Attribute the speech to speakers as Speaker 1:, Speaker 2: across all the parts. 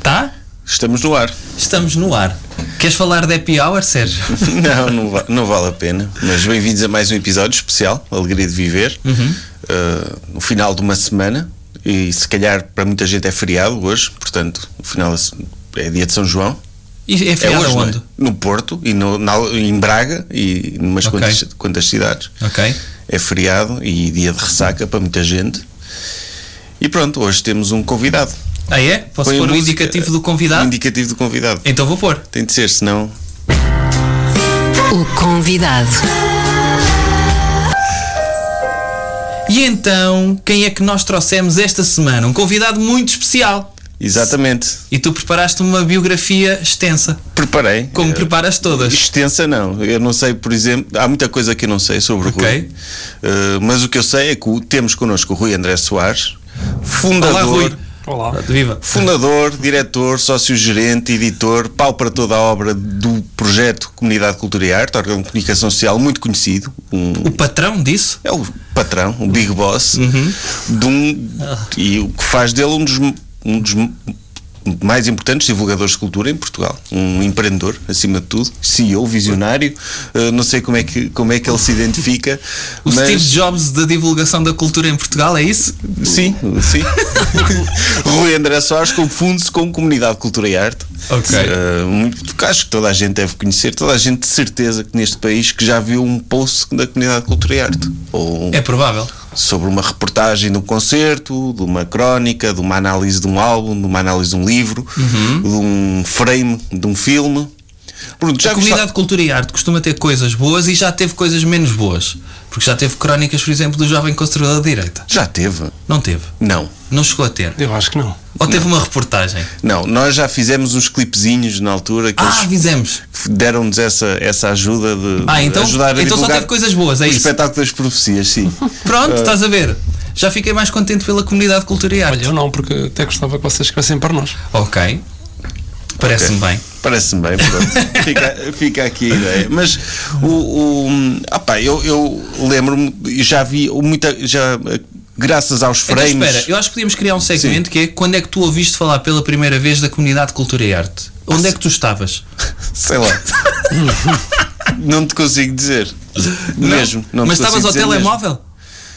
Speaker 1: Tá?
Speaker 2: Estamos no ar.
Speaker 1: Estamos no ar. Queres falar de happy hour, Sérgio?
Speaker 2: Não, não, va- não vale a pena. Mas bem-vindos a mais um episódio especial, Alegria de Viver.
Speaker 1: Uhum.
Speaker 2: Uh, o final de uma semana. E se calhar para muita gente é feriado hoje, portanto, o final é se- é dia de São João.
Speaker 1: E é
Speaker 2: é
Speaker 1: feriado
Speaker 2: hoje, não é?
Speaker 1: onde?
Speaker 2: No Porto e no, na- em Braga e em umas
Speaker 1: Ok.
Speaker 2: quantas, quantas cidades.
Speaker 1: Ok.
Speaker 2: É feriado e dia de ressaca para muita gente. E pronto, hoje temos um convidado.
Speaker 1: Ah, é? Posso
Speaker 2: Põe a
Speaker 1: pôr o
Speaker 2: música-
Speaker 1: indicativo do convidado?
Speaker 2: O indicativo do convidado.
Speaker 1: Então vou pôr.
Speaker 2: Tem de ser, senão.
Speaker 3: O convidado.
Speaker 1: E então, quem é que nós trouxemos esta semana? Um convidado muito especial.
Speaker 2: Exatamente.
Speaker 1: E tu preparaste uma biografia extensa,
Speaker 2: Preparei.
Speaker 1: como
Speaker 2: Eh,
Speaker 1: preparas todas.
Speaker 2: Extensa não, eu não sei, por exemplo, há muita coisa que eu não sei sobre o
Speaker 1: Ok.
Speaker 2: Rui, Eh, mas o que eu sei é que o- temos connosco o Rui André Soares, fundador,
Speaker 1: Olá, Rui.
Speaker 4: Olá.
Speaker 1: Viva.
Speaker 2: Fundador, diretor, sócio-gerente, editor, pau para toda a obra do projeto Comunidade Cultura e Arte, órgão de comunicação social muito conhecido. um-
Speaker 1: O patrão disso?
Speaker 2: é o patrão, o big boss,
Speaker 1: Uhum.
Speaker 2: de um, e o que faz dele um dos, um dos mais importantes divulgadores de cultura em Portugal. Um empreendedor, acima de tudo, CEO, visionário, eh, não sei como é que, como é que ele se identifica.
Speaker 1: O
Speaker 2: mas-
Speaker 1: Steve Jobs da divulgação da cultura em Portugal, é isso?
Speaker 2: Sim, sim. Rui André Soares confunde-se com Comunidade Cultura e Arte.
Speaker 1: Ok.
Speaker 2: Eh, muito- que acho que toda a gente deve conhecer, toda a gente de certeza que neste país que já viu um post da Comunidade Cultura e Arte. Ou um
Speaker 1: É provável.
Speaker 2: sobre uma reportagem de um concerto, de uma crónica, de uma análise de um álbum, de uma análise de um livro, de um frame de um filme. Pronto, já gostava-
Speaker 1: Uhum. a comunidade de cultura e arte costuma ter coisas boas e já teve coisas menos boas. Porque já teve crónicas, por exemplo, do jovem conservador da direita.
Speaker 2: já teve?
Speaker 1: Não teve.
Speaker 2: Não.
Speaker 1: Não chegou a ter.
Speaker 4: Eu acho que não.
Speaker 1: Ou teve uma reportagem.
Speaker 2: Não, nós já fizemos uns clipezinhos na altura que
Speaker 1: Ah,
Speaker 2: eles
Speaker 1: fizemos.
Speaker 2: f- deram-nos essa, essa ajuda de
Speaker 1: Ah, então-
Speaker 2: ajudar a
Speaker 1: então só
Speaker 2: divulgar
Speaker 1: teve coisas boas, é
Speaker 2: o
Speaker 1: isso?
Speaker 2: espetáculo das profecias, sim.
Speaker 1: Pronto,
Speaker 2: Ah.
Speaker 1: estás a ver. Já fiquei mais contente pela comunidade de cultura e arte.
Speaker 4: Olha, eu não, porque até gostava que vocês escrevessem para nós.
Speaker 1: Ok. Parece-me bem.
Speaker 2: Parece-me bem, pronto. fica, fica aqui a ideia. Mas o. o ah pá, eu, eu lembro-me, já vi muita. Já, graças aos frames.
Speaker 1: Então espera, eu acho que podíamos criar um segmento que é quando é que tu ouviste falar pela primeira vez da comunidade de cultura e arte? Onde é que tu estavas?
Speaker 2: Sei lá. não te consigo dizer. Mesmo. Não te
Speaker 1: Mas estavas
Speaker 2: consigo
Speaker 1: ao
Speaker 2: dizer
Speaker 1: telemóvel?
Speaker 2: mesmo.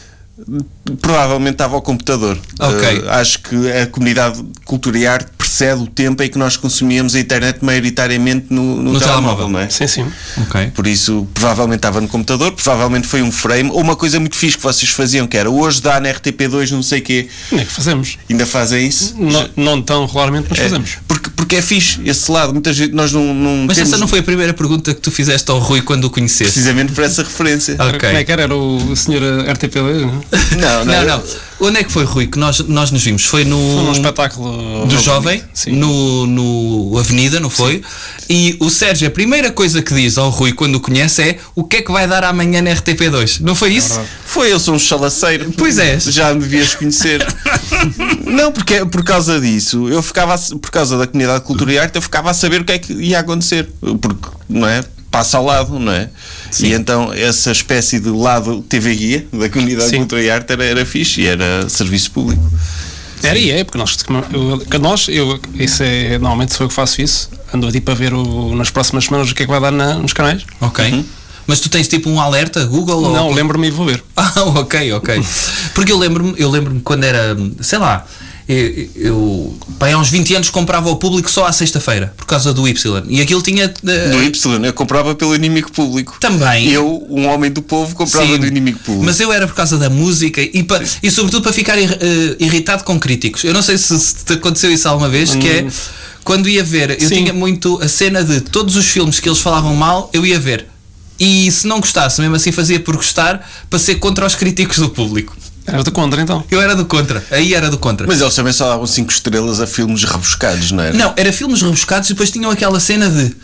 Speaker 2: Provavelmente estava ao computador.
Speaker 1: Ok.
Speaker 2: Eh, acho que a comunidade de cultura e arte precede o tempo em que nós consumíamos a internet maioritariamente no, no
Speaker 1: No
Speaker 2: telemóvel,
Speaker 1: telemóvel.
Speaker 2: não é?
Speaker 4: Sim, sim.
Speaker 1: Ok.
Speaker 2: Por isso, provavelmente estava no computador, provavelmente foi um frame ou uma coisa muito fixe que vocês faziam, que era hoje dá na RTP2, não sei quê.
Speaker 4: Como é que fazemos?
Speaker 2: Ainda fazem isso?
Speaker 4: Não, não tão regularmente, mas
Speaker 2: É,
Speaker 4: fazemos.
Speaker 2: porque, porque é fixe esse lado. Muita gente, nós não. não
Speaker 1: Mas
Speaker 2: temos
Speaker 1: essa não foi a primeira pergunta que tu fizeste ao Rui quando o conheceste.
Speaker 2: Precisamente por essa referência.
Speaker 1: Ok.
Speaker 4: Como é que era? Era o senhor RTP2, não é?
Speaker 2: Não,
Speaker 1: Não, não. Onde é que foi, Rui, que nós, nós nos vimos? Foi
Speaker 4: Foi
Speaker 1: no.
Speaker 4: um espetáculo.
Speaker 1: do jovem,
Speaker 4: Sim.
Speaker 1: no, no Avenida, não foi? E o Sérgio, a primeira coisa que diz ao Rui quando o conhece é o que é que vai dar amanhã na RTP2. Não foi isso?
Speaker 2: Foi, eu sou um chalaceiro.
Speaker 1: Pois é.
Speaker 2: Já me devias conhecer. não, porque é- por causa disso, eu ficava, a s- por causa da comunidade de cultura e arte, eu ficava a saber o que é que ia acontecer. Porque, não é? Passa ao lado, não é? E então essa espécie de lado TV guia da comunidade de
Speaker 4: Sim.
Speaker 2: cultura e arte era, era fixe e era serviço público.
Speaker 4: Era e é, porque nós, eu, que nós eu, isso é, normalmente sou eu que faço isso. Ando a para ver o- nas próximas semanas o que é que vai dar na- nos canais.
Speaker 1: Ok. Mas tu tens tipo um alerta Google ou
Speaker 4: Não, lembro-me e vou ver.
Speaker 1: Ah, ok, ok. Porque eu lembro-me, eu lembro-me quando era, sei lá, eu, eu bem, há uns 20 anos comprava ao público só à sexta-feira, por causa do Y. E aquilo tinha. eh,
Speaker 2: Do Y, eu comprava pelo inimigo público.
Speaker 1: Também.
Speaker 2: Eu, um homem do povo, comprava
Speaker 1: Sim,
Speaker 2: do inimigo público.
Speaker 1: Mas eu era por causa da música e, pa- e sobretudo para ficar ir- eh, irritado com críticos. Eu não sei se, se te aconteceu isso alguma vez, que
Speaker 2: Hum.
Speaker 1: é quando ia ver, eu
Speaker 4: Sim.
Speaker 1: tinha muito a cena de todos os filmes que eles falavam mal, eu ia ver. E se não gostasse, mesmo assim fazia por gostar, para ser contra os críticos do público.
Speaker 4: Era do contra então.
Speaker 1: Eu era do contra, aí era do contra.
Speaker 2: Mas eles também só davam 5 estrelas a filmes rebuscados, não era?
Speaker 1: Não, era filmes rebuscados e depois tinham aquela cena de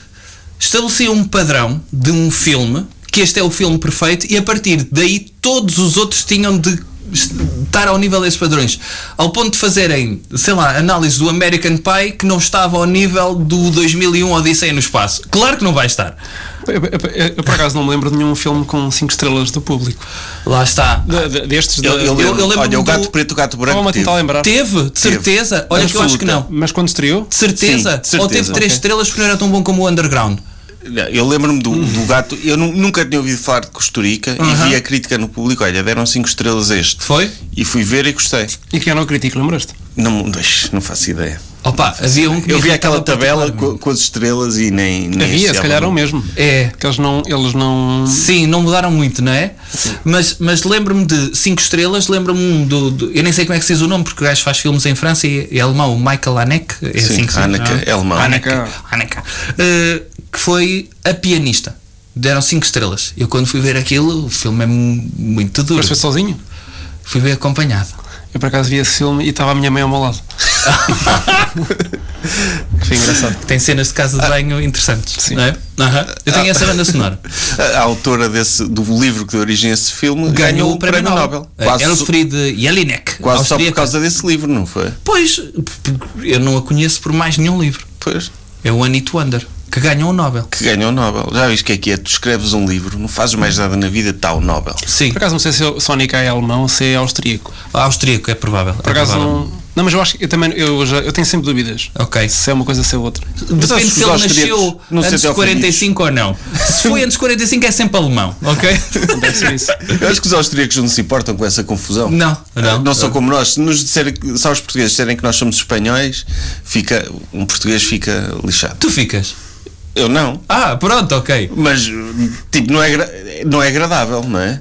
Speaker 1: estabeleciam um padrão de um filme, que este é o filme perfeito, e a partir daí todos os outros tinham de estar ao nível desses padrões. Ao ponto de fazerem, sei lá, análise do American Pie que não estava ao nível do 2001 Odisseia no Espaço. Claro que não vai estar.
Speaker 4: Eu, eu- eu, por acaso, não me lembro de nenhum filme com 5 estrelas do público.
Speaker 1: Lá está.
Speaker 4: De- de- destes, da-
Speaker 2: Eu, eu lembro,
Speaker 1: eu lembro-me
Speaker 2: olha, o
Speaker 1: do-
Speaker 2: gato preto, o gato branco.
Speaker 4: Provavelmente
Speaker 2: teve.
Speaker 4: não está a lembrar.
Speaker 1: Teve, de certeza. Olha, que eu acho que não.
Speaker 4: Mas quando estreou,
Speaker 1: De certeza.
Speaker 2: Sim, de certeza.
Speaker 1: Ou teve 3
Speaker 2: Ok.
Speaker 1: estrelas porque não era tão bom como o Underground.
Speaker 2: Eu lembro-me do, do gato. Eu nu- nunca tinha ouvido falar de Costa Rica
Speaker 1: Uhum.
Speaker 2: e vi a crítica no público. Olha, deram 5 estrelas a este.
Speaker 1: Foi?
Speaker 2: E fui ver e gostei.
Speaker 4: e que eu não critico, lembras-te?
Speaker 2: Não, deixe, não faço ideia.
Speaker 1: Opa, havia um que
Speaker 2: Eu
Speaker 1: me
Speaker 2: vi
Speaker 1: irritava
Speaker 2: aquela tabela co-
Speaker 1: particularmente.
Speaker 2: com as estrelas e nem. nem
Speaker 4: Havia, se
Speaker 2: ela-
Speaker 4: calhar é o mesmo.
Speaker 1: É.
Speaker 4: Que eles não. Eles não...
Speaker 1: Sim, não mudaram muito, não é? Mas, mas lembro-me de 5 estrelas, lembro-me um do, do- Eu nem sei como é que se diz o nome, porque o gajo faz filmes em França e é alemão, o Michael Haneke. É
Speaker 2: Sim,
Speaker 1: assim que se chama,
Speaker 2: Haneke,
Speaker 1: não é?
Speaker 2: é alemão.
Speaker 1: Haneke.
Speaker 4: Haneke.
Speaker 1: Haneke. Eh, que foi a pianista. Deram 5 estrelas. Eu quando fui ver aquilo, o filme é mu- muito duro.
Speaker 4: Mas foi sozinho?
Speaker 1: Fui ver acompanhado.
Speaker 4: Eu por acaso vi esse filme e estava a minha mãe ao meu lado. que foi engraçado.
Speaker 1: Tem cenas de casa
Speaker 2: Ah.
Speaker 1: de banho interessantes.
Speaker 4: Sim.
Speaker 1: Não é? Aham. Eu tenho essa banda sonora.
Speaker 2: A, a autora desse, do livro que deu origem a esse filme
Speaker 1: Ganhou o prémio Nobel. É,
Speaker 2: Quase,
Speaker 1: Era o
Speaker 2: so-
Speaker 1: Jelinek.
Speaker 2: quase só por
Speaker 1: austríaca.
Speaker 2: causa desse livro, não foi?
Speaker 1: Pois, p- p- eu não a conheço por mais nenhum livro.
Speaker 2: Pois.
Speaker 1: É o Annie Wonder, que ganhou o Nobel.
Speaker 2: Que ganhou o Nobel. Já viste o que é que é? Tu escreves um livro, não fazes mais nada na vida, está o Nobel.
Speaker 1: Sim,
Speaker 4: Por acaso não sei se o Sonic é alemão ou se é austríaco.
Speaker 1: austríaco, é provável.
Speaker 4: Por acaso não. Não, mas eu acho que eu também eu, já, eu tenho sempre dúvidas.
Speaker 1: Ok.
Speaker 4: Se é uma coisa ou se é outra.
Speaker 2: acho
Speaker 1: Depende
Speaker 2: que
Speaker 1: se
Speaker 2: os
Speaker 1: ele
Speaker 2: austríacos
Speaker 1: nasceu
Speaker 2: não se
Speaker 1: antes de
Speaker 4: é
Speaker 2: sentem
Speaker 1: 45 ou não. Se foi antes de 45 é sempre alemão, ok?
Speaker 4: Deve ser isso.
Speaker 2: Eu acho que os austríacos não se importam com essa confusão. Eh,
Speaker 1: Não, não.
Speaker 2: Não são como nós. Se nos disserem, que- se aos portugueses disserem que nós somos espanhóis, fica, um português fica lixado.
Speaker 1: Tu ficas.
Speaker 2: Eu não.
Speaker 1: Ah, pronto, ok.
Speaker 2: Mas, tipo, não é, gra- não é agradável, não é?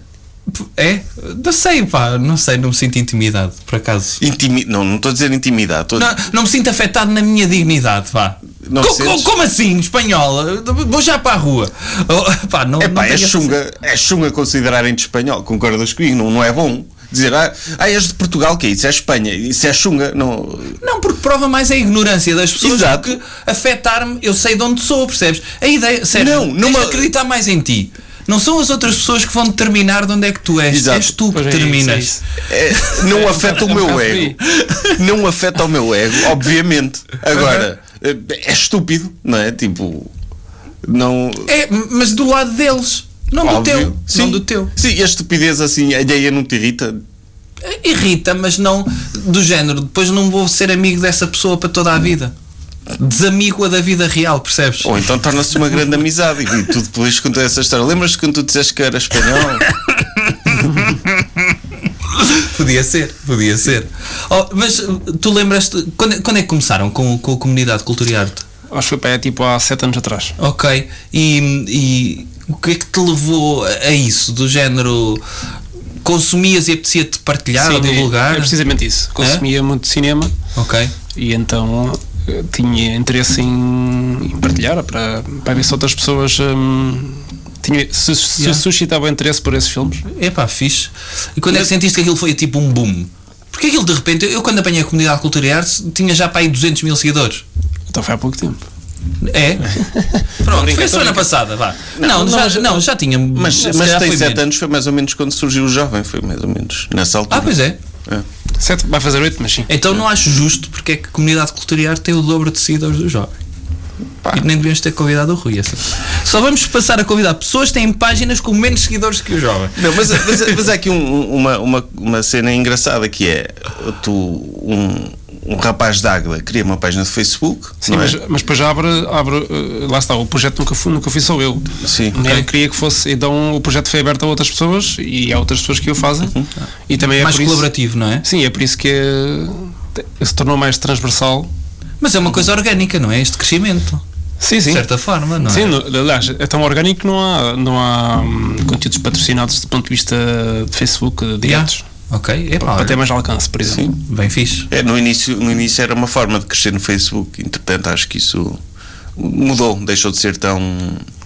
Speaker 1: P- É? Não sei, pá, não sei, não me sinto intimidado, por acaso.
Speaker 2: Intimi não, não estou a dizer intimidade. Estou
Speaker 1: Não, não me sinto afetado na minha dignidade, vá.
Speaker 2: Não
Speaker 1: Co-
Speaker 2: sentes?
Speaker 1: co- como assim, espanhola? Vou já para a rua. Oh, pá, não,
Speaker 2: É
Speaker 1: não
Speaker 2: pá, é
Speaker 1: tenho essa-
Speaker 4: um
Speaker 2: chunga, é chunga considerarem-te espanhol, concordas comigo? Não, não é bom dizer, ah, ah, és de Portugal, que é isso? É Espanha, isso é chunga. Não,
Speaker 1: Não, porque prova mais a ignorância das pessoas
Speaker 2: Exato.
Speaker 1: do que afetar-me, eu sei de onde sou, percebes? A ideia, Sérgio,
Speaker 2: Não,
Speaker 1: não, não
Speaker 2: numa-
Speaker 1: acreditar mais em ti. Não são as outras pessoas que vão determinar de onde é que tu és.
Speaker 2: Exato.
Speaker 1: És tu que
Speaker 4: Pois é,
Speaker 1: determinas.
Speaker 4: isso
Speaker 2: é- não afeta o meu
Speaker 4: bocado
Speaker 2: ego. Não afeta o meu ego, obviamente. Agora, é estúpido, não é? Tipo, não.
Speaker 1: É, mas do lado deles, não do
Speaker 2: óbvio.
Speaker 1: teu.
Speaker 2: Sim,
Speaker 1: Não do teu.
Speaker 2: Sim, e a estupidez assim alheia não te irrita.
Speaker 1: Irrita, mas não do género. Depois não vou ser amigo dessa pessoa para toda a vida. Desamigo-a da vida real, percebes?
Speaker 2: Ou então torna-se uma grande amizade. E tu depois contas essa história. Lembras-te quando tu disseste que era espanhol?
Speaker 1: Podia ser, podia ser. Oh, mas tu lembras-te, quando, quando é que começaram com, com a comunidade Cultura e Arte?
Speaker 4: Acho que foi pá, é tipo há 7 anos atrás.
Speaker 1: Ok. E, e o que é que te levou a a isso? Do género consumias e apetecia-te partilhar ou
Speaker 4: Sim,
Speaker 1: divulgar?
Speaker 4: É precisamente isso. Consumia muito cinema
Speaker 1: Ok.
Speaker 4: e então eh, tinha interesse em, em partilhar para, para ver se outras pessoas hum, tinha, se, se
Speaker 1: Yeah.
Speaker 4: suscitavam interesse por esses filmes.
Speaker 1: Epá, fixe. E quando é que sentiste que aquilo foi tipo um boom? Porque aquilo de repente, eu quando apanhei a comunidade Cultura e Artes tinha já para aí 200 mil seguidores.
Speaker 4: Então foi há pouco tempo.
Speaker 1: É? Pronto, foi a
Speaker 4: brincando,
Speaker 1: semana passada, vá. Não, já, não, já tinha.
Speaker 2: Mas,
Speaker 1: se
Speaker 2: mas
Speaker 1: calhar
Speaker 2: tem
Speaker 1: foi
Speaker 2: 7
Speaker 1: menos.
Speaker 2: anos, foi mais ou menos quando surgiu o jovem, foi mais ou menos nessa altura.
Speaker 1: Ah, pois é.
Speaker 4: Sete, vai fazer 8, mas
Speaker 2: É.
Speaker 4: sim.
Speaker 1: Então não acho justo porque é que a comunidade Cultura e Arte tem o dobro de seguidores do jovem. E nem devíamos ter convidado o Rui. assim. Só vamos passar a convidar pessoas que têm páginas com menos seguidores que o jovem.
Speaker 2: Não, mas, mas- mas há aqui um- uma, uma, uma cena engraçada que é tu, um, um rapaz de Águeda cria uma página de Facebook.
Speaker 4: Sim,
Speaker 2: não é?
Speaker 4: mas, mas depois já abre, abre eh, lá está, o projeto nunca fui, nunca fui só eu.
Speaker 2: Sim.
Speaker 4: Nem Eu queria que fosse, então o projeto foi aberto a outras pessoas e há outras pessoas que o fazem.
Speaker 2: Uhum.
Speaker 4: E também é
Speaker 1: mais
Speaker 4: por isso-
Speaker 1: colaborativo, não é?
Speaker 4: Sim, é por isso que eh, se tornou mais transversal.
Speaker 1: Mas é uma coisa orgânica, não é? Este crescimento.
Speaker 4: Sim, sim.
Speaker 1: De certa forma, não é?
Speaker 4: Sim, no- aliás, é tão orgânico que não há, não há hum, conteúdos patrocinados do ponto de vista de Facebook eh,
Speaker 1: Yeah.
Speaker 4: diretos.
Speaker 1: Ok, é pá,
Speaker 4: Para ter
Speaker 1: olha,
Speaker 4: mais alcance, por exemplo.
Speaker 1: bem fixe.
Speaker 2: É, no, início, no início era uma forma de crescer no Facebook, entretanto acho que isso mudou, deixou de ser tão.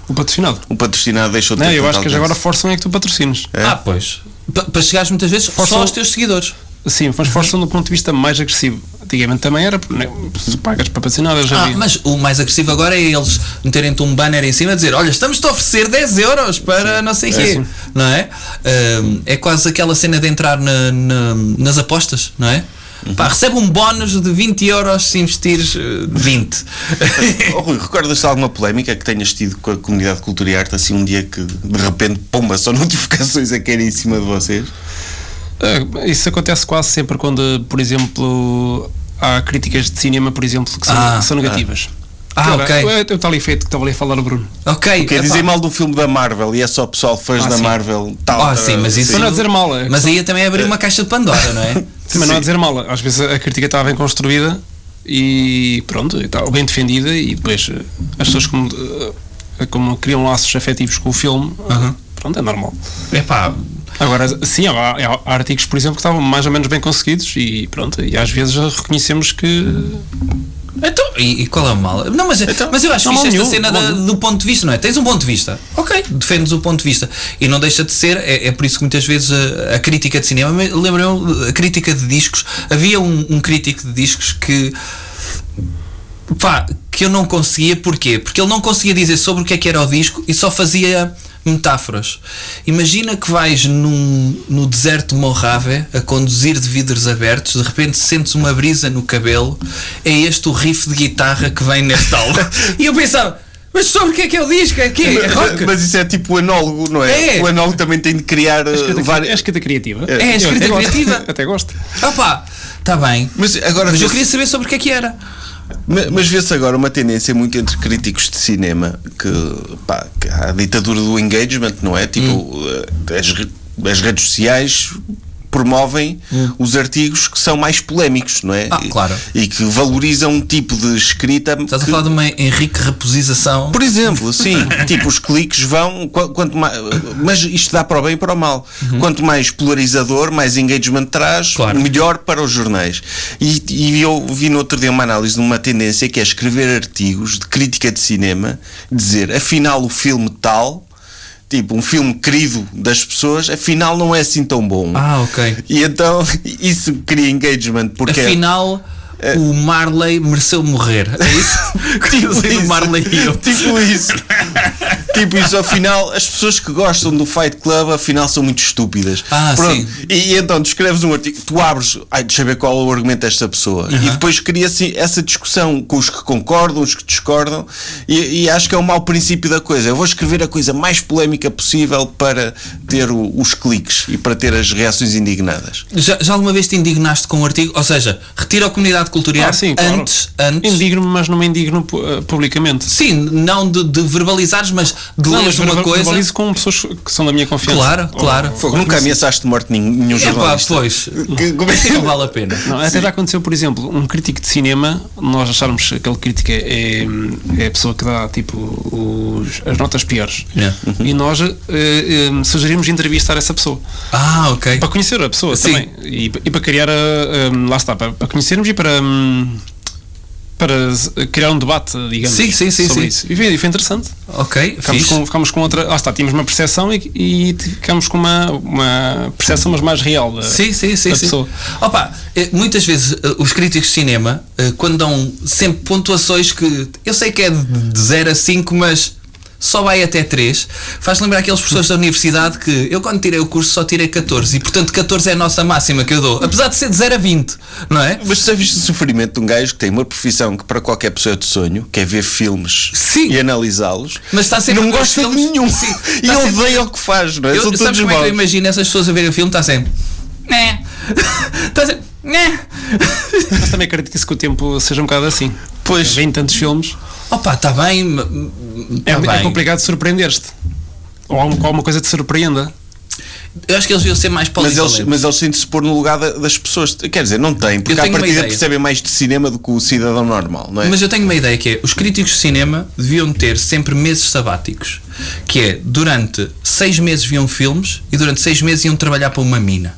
Speaker 4: O patrocinado.
Speaker 2: O patrocinado deixou de
Speaker 4: Não,
Speaker 2: ter
Speaker 4: eu
Speaker 2: tanto
Speaker 4: acho que eles
Speaker 2: alcance.
Speaker 4: agora forçam é que tu patrocines.
Speaker 1: Ah, pois. Pa- para chegares muitas vezes
Speaker 4: Força
Speaker 1: só
Speaker 4: o-
Speaker 1: aos teus seguidores.
Speaker 4: Sim,
Speaker 1: Uhum.
Speaker 4: mas forçam do ponto de vista mais agressivo. Antigamente também era, né, se pagas para patrocinar, eu já
Speaker 1: Ah,
Speaker 4: vi.
Speaker 1: mas o mais agressivo agora é eles meterem-te um banner em cima e dizer: Olha, estamos-te a oferecer 10 euros para não sei o
Speaker 4: é
Speaker 1: quê.
Speaker 4: assim.
Speaker 1: Não é? Ahm, é quase aquela cena de entrar na- na- nas apostas, não é?
Speaker 4: Uhum.
Speaker 1: Pá, recebe um bónus de 20 euros se investires eh, 20.
Speaker 2: Oh, Rui, recordas-te de alguma polémica que tenhas tido com a comunidade de cultura e arte assim um dia que de repente, pomba, só notificações a cair em cima de vocês?
Speaker 4: Ah, Isso acontece quase sempre quando, por exemplo, há críticas de cinema, por exemplo, que são,
Speaker 1: Ah,
Speaker 4: que são negativas. é,
Speaker 1: Ah,
Speaker 4: Cara,
Speaker 1: ok.
Speaker 4: eu- Eu estava ali feito que estava ali a falar o é Bruno.
Speaker 1: ok.
Speaker 2: Quer
Speaker 1: epá.
Speaker 2: dizer mal do filme da Marvel e é só pessoal fãs
Speaker 4: Ah,
Speaker 2: da
Speaker 4: sim.
Speaker 2: Marvel tal.
Speaker 1: Ah, sim, mas isso.
Speaker 4: Para não dizer mal, é
Speaker 1: Mas aí também abrir uma caixa de Pandora, não é?
Speaker 4: Mas não há a dizer mal, às vezes a crítica está bem construída e pronto, está bem defendida e depois eh, as pessoas como, eh, como criam laços afetivos com o filme, eh, pronto, é normal.
Speaker 1: É pá.
Speaker 4: Agora, sim, há, há artigos, por exemplo, que estavam mais ou menos bem conseguidos e pronto, e às vezes reconhecemos que
Speaker 1: Eh, Então, e, e qual é o mal? Não, mas, mas eu acho
Speaker 4: Então, não há
Speaker 1: fixe esta
Speaker 4: nenhum,
Speaker 1: cena
Speaker 4: não há
Speaker 1: da-
Speaker 4: nenhum.
Speaker 1: do ponto de vista, não é? Tens um ponto de vista. Ok, defendes o ponto de vista. E não deixa de ser, é, é por isso que muitas vezes eh, a, a crítica de cinema, me- lembram-me a crítica de discos. Havia um, um crítico de discos que. Pá, que eu não conseguia, porquê? Porque ele não conseguia dizer sobre o que é que era o disco e só fazia metáforas. Imagina que vais num, no deserto de Mojave a conduzir de vidros abertos, de repente sentes uma brisa no cabelo, é este o riff de guitarra que vem neste álbum. e eu pensava, mas sobre o que é que é o disco? É, quê? é rock?
Speaker 2: Mas isso é tipo o anólogo, não é?
Speaker 1: É.
Speaker 2: O anólogo também tem de criar uh,
Speaker 4: é
Speaker 2: várias.
Speaker 4: escrita criativa.
Speaker 1: É, a escrita
Speaker 4: Eu até gosto.
Speaker 1: criativa.
Speaker 4: Até gosto.
Speaker 1: Ah pá, está bem.
Speaker 2: Mas agora
Speaker 1: Mas eu
Speaker 2: vê-se-
Speaker 1: queria saber sobre o que é que era.
Speaker 2: Ma- Mas vê-se agora uma tendência muito entre críticos de cinema que, pá, que há a ditadura do engagement, não é? Tipo,
Speaker 1: Hum.
Speaker 2: eh, as, re- as redes sociais promovem os artigos que são mais polémicos, não é?
Speaker 1: Hum. Ah,
Speaker 2: E-
Speaker 1: claro.
Speaker 2: E, que valorizam um tipo de escrita.
Speaker 1: Estás a
Speaker 2: que-
Speaker 1: falar de uma Henrique reposização.
Speaker 2: por exemplo, sim, tipo, os cliques vão. qu- Quanto mais, mas isto dá para o bem e para o mal. Quanto mais polarizador, mais engagement traz,
Speaker 1: Uhum. Claro.
Speaker 2: melhor para os jornais. E, e eu vi no outro dia uma análise de uma tendência que é escrever artigos de crítica de cinema, dizer afinal o filme tal. Tipo, um filme querido das pessoas, afinal não é assim tão bom.
Speaker 1: Ah, ok.
Speaker 2: E então isso cria engagement, porque é
Speaker 1: Afinal,
Speaker 4: é,
Speaker 1: o Marley mereceu morrer. É isso?
Speaker 2: Tipo
Speaker 1: Tipo
Speaker 2: isso.
Speaker 1: do Marley e eu.
Speaker 2: Tipo isso. tipo isso, afinal, as pessoas que gostam do Fight Club, afinal, são muito estúpidas.
Speaker 1: Ah,
Speaker 2: Pronto.
Speaker 1: sim.
Speaker 2: E, e então, tu escreves um artigo, tu abres, ai, deixa eu ver qual é o argumento desta pessoa. E depois cria-se essa discussão com os que concordam, os que discordam. E, e acho que é o mau princípio da coisa. Eu vou escrever a coisa mais polémica possível para ter o- os cliques e para ter as reações indignadas.
Speaker 1: Já, já alguma vez te indignaste com um artigo? Ou seja, retira a comunidade de cultura e
Speaker 4: Ah,
Speaker 1: arte
Speaker 4: sim, claro.
Speaker 1: É, antes, antes.
Speaker 4: Indigno-me, mas não me indigno pu- eh, publicamente.
Speaker 1: Sim, não de, de verbalizares, mas de
Speaker 4: Não,
Speaker 1: leres
Speaker 4: mas
Speaker 1: uma
Speaker 4: verbal-
Speaker 1: coisa.
Speaker 4: verbalizo Oh, com pessoas que são da minha confiança.
Speaker 1: Claro,
Speaker 4: Ou-
Speaker 1: claro.
Speaker 2: Fogo, nunca ameaçaste de morte nenhum, nenhum
Speaker 1: É pá,
Speaker 2: jornalista.
Speaker 1: pois.
Speaker 2: Que- como é que-
Speaker 1: Não vale a pena.
Speaker 4: Não, até já aconteceu, por exemplo, um crítico de cinema, nós acharmos que aquele crítico é, é a pessoa que dá tipo os- as notas piores.
Speaker 1: Yeah.
Speaker 4: E nós eh, eh, sugerimos entrevistar essa pessoa
Speaker 1: Ah, ok.
Speaker 4: para conhecer a pessoa
Speaker 1: Sim.
Speaker 4: também e, e para criar a, a- lá está, para, para conhecermos e para, hum, para s- criar um debate, digamos.
Speaker 1: Sim, sim, sim,
Speaker 4: sobre
Speaker 1: sim.
Speaker 4: isso. E foi, e foi interessante.
Speaker 1: Ok,
Speaker 4: Ficámos
Speaker 1: fixe.
Speaker 4: com, ficámos com outra. Lá está, tínhamos uma percepção e, e ficámos com uma, uma percepção, mas mais real.
Speaker 2: é?
Speaker 4: da-
Speaker 1: Sim, sim, sim.
Speaker 4: da
Speaker 1: sim.
Speaker 4: pessoa.
Speaker 1: Opa, eh, muitas vezes eh, os críticos de cinema, eh, quando dão sempre pontuações que eu sei que é de- de 0 a 5, mas só vai até 3, faz lembrar aqueles professores da universidade que eu quando tirei o curso só tirei 14 e portanto 14 é a nossa máxima que eu dou, apesar de ser de 0 a 20, não é?
Speaker 2: Mas tu já viste o sofrimento de um gajo que tem uma profissão que para qualquer pessoa é de sonho, que é ver filmes
Speaker 1: Sim.
Speaker 2: e analisá-los,
Speaker 1: Mas está sempre
Speaker 2: não
Speaker 1: com os
Speaker 2: gosta de
Speaker 1: filmes-
Speaker 2: nenhum
Speaker 1: Sim,
Speaker 2: e
Speaker 1: está sempre-
Speaker 2: odeia o que faz, não é?
Speaker 1: Eu,
Speaker 2: São
Speaker 1: sabes
Speaker 2: todos
Speaker 1: como é que eu
Speaker 2: maus.
Speaker 1: imagino essas pessoas a verem o filme? Está sempre. Né? Está sempre. Né?
Speaker 4: Mas também acredito que o tempo seja um bocado assim.
Speaker 2: Pois.
Speaker 4: Vem tantos filmes.
Speaker 1: Opa, está bem. ma-
Speaker 4: É,
Speaker 1: tá
Speaker 2: um
Speaker 4: é
Speaker 1: bem.
Speaker 4: complicado surpreender-te. Ou alguma, alguma coisa te surpreenda.
Speaker 1: Eu acho que eles deviam ser mais
Speaker 2: Mas eles,
Speaker 1: polivalentes.
Speaker 2: mas eles têm de se pôr no lugar da- das pessoas. Quer dizer, não têm, porque
Speaker 1: Eu
Speaker 2: à
Speaker 1: tenho uma
Speaker 2: partida
Speaker 1: ideia.
Speaker 2: percebem mais de cinema do que o cidadão normal, não é?
Speaker 1: Mas eu tenho uma ideia que é, os críticos de cinema deviam ter sempre meses sabáticos, que é, durante seis meses viam filmes e durante seis meses iam trabalhar para uma mina.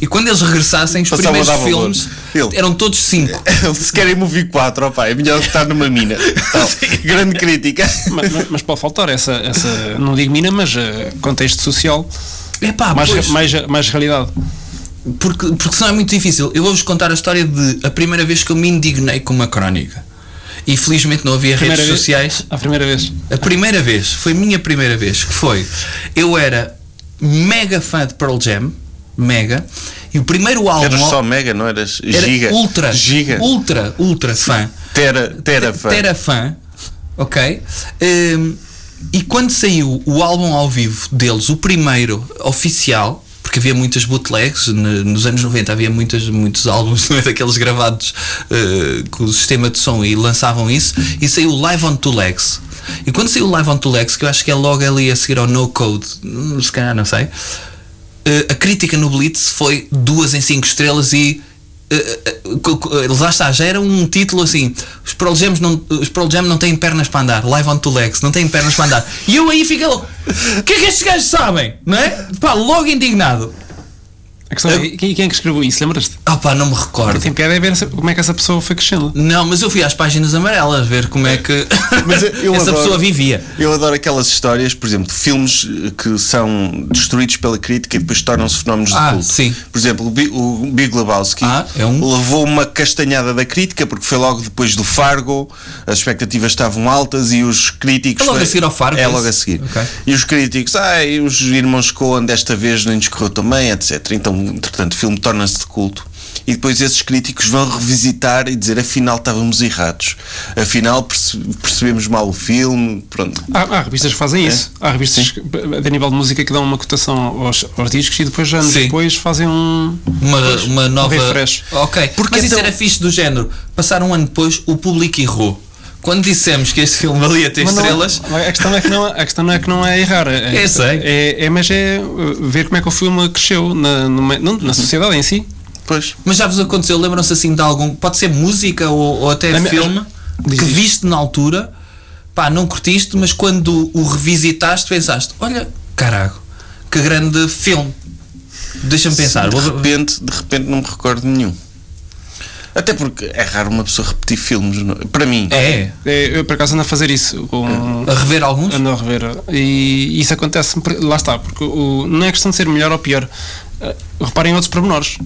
Speaker 1: E quando eles regressassem, os
Speaker 2: Passavam a
Speaker 1: primeiros
Speaker 2: dar valor.
Speaker 1: filmes
Speaker 2: Ele. É.
Speaker 1: eram todos cinco.
Speaker 2: Se querem movie 4, opá, é melhor estar numa mina. Tal. Grande crítica.
Speaker 4: Mas, mas- mas pode faltar essa, essa, não digo mina, mas eh, contexto social.
Speaker 1: É pá,
Speaker 4: mais,
Speaker 1: pois.
Speaker 4: mais, mais realidade.
Speaker 1: Porque, porque senão é muito difícil. Eu vou-vos contar a história de a primeira vez que eu me indignei com uma crónica. E felizmente não havia
Speaker 4: Primeira
Speaker 1: redes
Speaker 4: vez?
Speaker 1: sociais.
Speaker 4: À primeira vez.
Speaker 1: A primeira vez, foi a minha primeira vez, que foi. Eu era mega fã de Pearl Jam, mega, e o primeiro álbum.
Speaker 2: Eras só mega, não eras
Speaker 1: um era
Speaker 2: giga.
Speaker 1: ultra,
Speaker 2: Giga.
Speaker 1: ultra, ultra fã.
Speaker 2: Tera, tera, fã.
Speaker 1: Terafã, ok? Hum, e quando saiu o álbum ao vivo deles, o primeiro oficial, porque havia muitas bootlegs, ne- nos anos 90 havia muitas, muitos álbuns não é, daqueles gravados eh, com o sistema de som e lançavam isso, e saiu o Live on Two Legs. E quando saiu o Live on Two Legs, que eu acho que é logo ali a seguir ao No Code, hum, se calhar não sei, eh, a crítica no Blitz foi duas em cinco estrelas e eh, eh, co- co- eh, lá está, já era um título assim os Pearl, Jams não, os Pearl Jam não têm pernas para andar Live on two legs, não têm pernas para andar e eu aí fiquei logo, o que é que estes gajos sabem? não é? pá, logo indignado
Speaker 4: A questão é, quem, quem é que escreveu isso? Lembras-te?
Speaker 1: ah pá, não me recordo
Speaker 4: Tem piada é ver essa- como é que essa pessoa foi crescendo.
Speaker 1: não, mas eu fui às páginas amarelas ver como é que
Speaker 2: Mas eu- eu
Speaker 1: essa
Speaker 2: adoro-
Speaker 1: pessoa vivia
Speaker 2: Eu adoro aquelas histórias, por exemplo, de filmes eh, que são destruídos pela crítica e depois tornam-se fenómenos
Speaker 1: Ah,
Speaker 2: de culto.
Speaker 1: sim.
Speaker 2: Por exemplo, o Bi- o Big Lebowski
Speaker 1: Ah, é um-
Speaker 2: levou uma castanhada da crítica porque foi logo depois do Fargo, as expectativas estavam altas e os críticos.
Speaker 1: É logo
Speaker 2: foi-
Speaker 1: a seguir ao Fargo,
Speaker 2: É
Speaker 1: é
Speaker 2: logo
Speaker 1: isso?
Speaker 2: a seguir.
Speaker 1: Ok.
Speaker 2: E os críticos, ah, e os irmãos Coen desta vez nem discorreu também, etc. Então, entretanto, o filme torna-se de culto. E depois esses críticos vão revisitar e dizer afinal estávamos errados, afinal perce- percebemos mal o filme, pronto.
Speaker 4: Há, há revistas que
Speaker 1: É.
Speaker 4: fazem isso. Há revistas que, a nível de música que dão uma cotação aos, aos discos e depois, anos
Speaker 1: Sim.
Speaker 4: depois, fazem um.
Speaker 1: uma, uma nova.
Speaker 4: refresh.
Speaker 1: Ok,
Speaker 2: Porque
Speaker 1: mas isso
Speaker 2: então-
Speaker 1: era fixe do género. Passar um ano depois, o público errou. Quando dissemos que este filme valia ter
Speaker 4: Mas não-
Speaker 1: estrelas,
Speaker 4: a, questão é que não, a questão não é que não é errar. É,
Speaker 1: Eu sei.
Speaker 4: É, é- mas é uh, ver como é que o filme cresceu na, numa- não, na sociedade em si.
Speaker 2: Pois.
Speaker 1: mas já vos aconteceu, lembram-se assim de algum. Pode ser música ou, ou até
Speaker 4: A minha-
Speaker 1: filme
Speaker 4: Diz
Speaker 1: que
Speaker 4: isto.
Speaker 1: viste na altura, pá, não curtiste, mas quando o revisitaste, pensaste: olha, carago, que grande filme. Deixa-me pensar.
Speaker 2: de
Speaker 1: vou-
Speaker 2: repente, de repente não me recordo nenhum. Até porque é raro uma pessoa repetir filmes, não- para mim.
Speaker 1: É,
Speaker 4: É, eu, por acaso, ando a fazer isso. Com,
Speaker 1: a rever alguns?
Speaker 4: Ando a rever. E isso acontece, por- lá está, porque o- não é questão de ser melhor ou pior. Uh, Reparem em outros pormenores.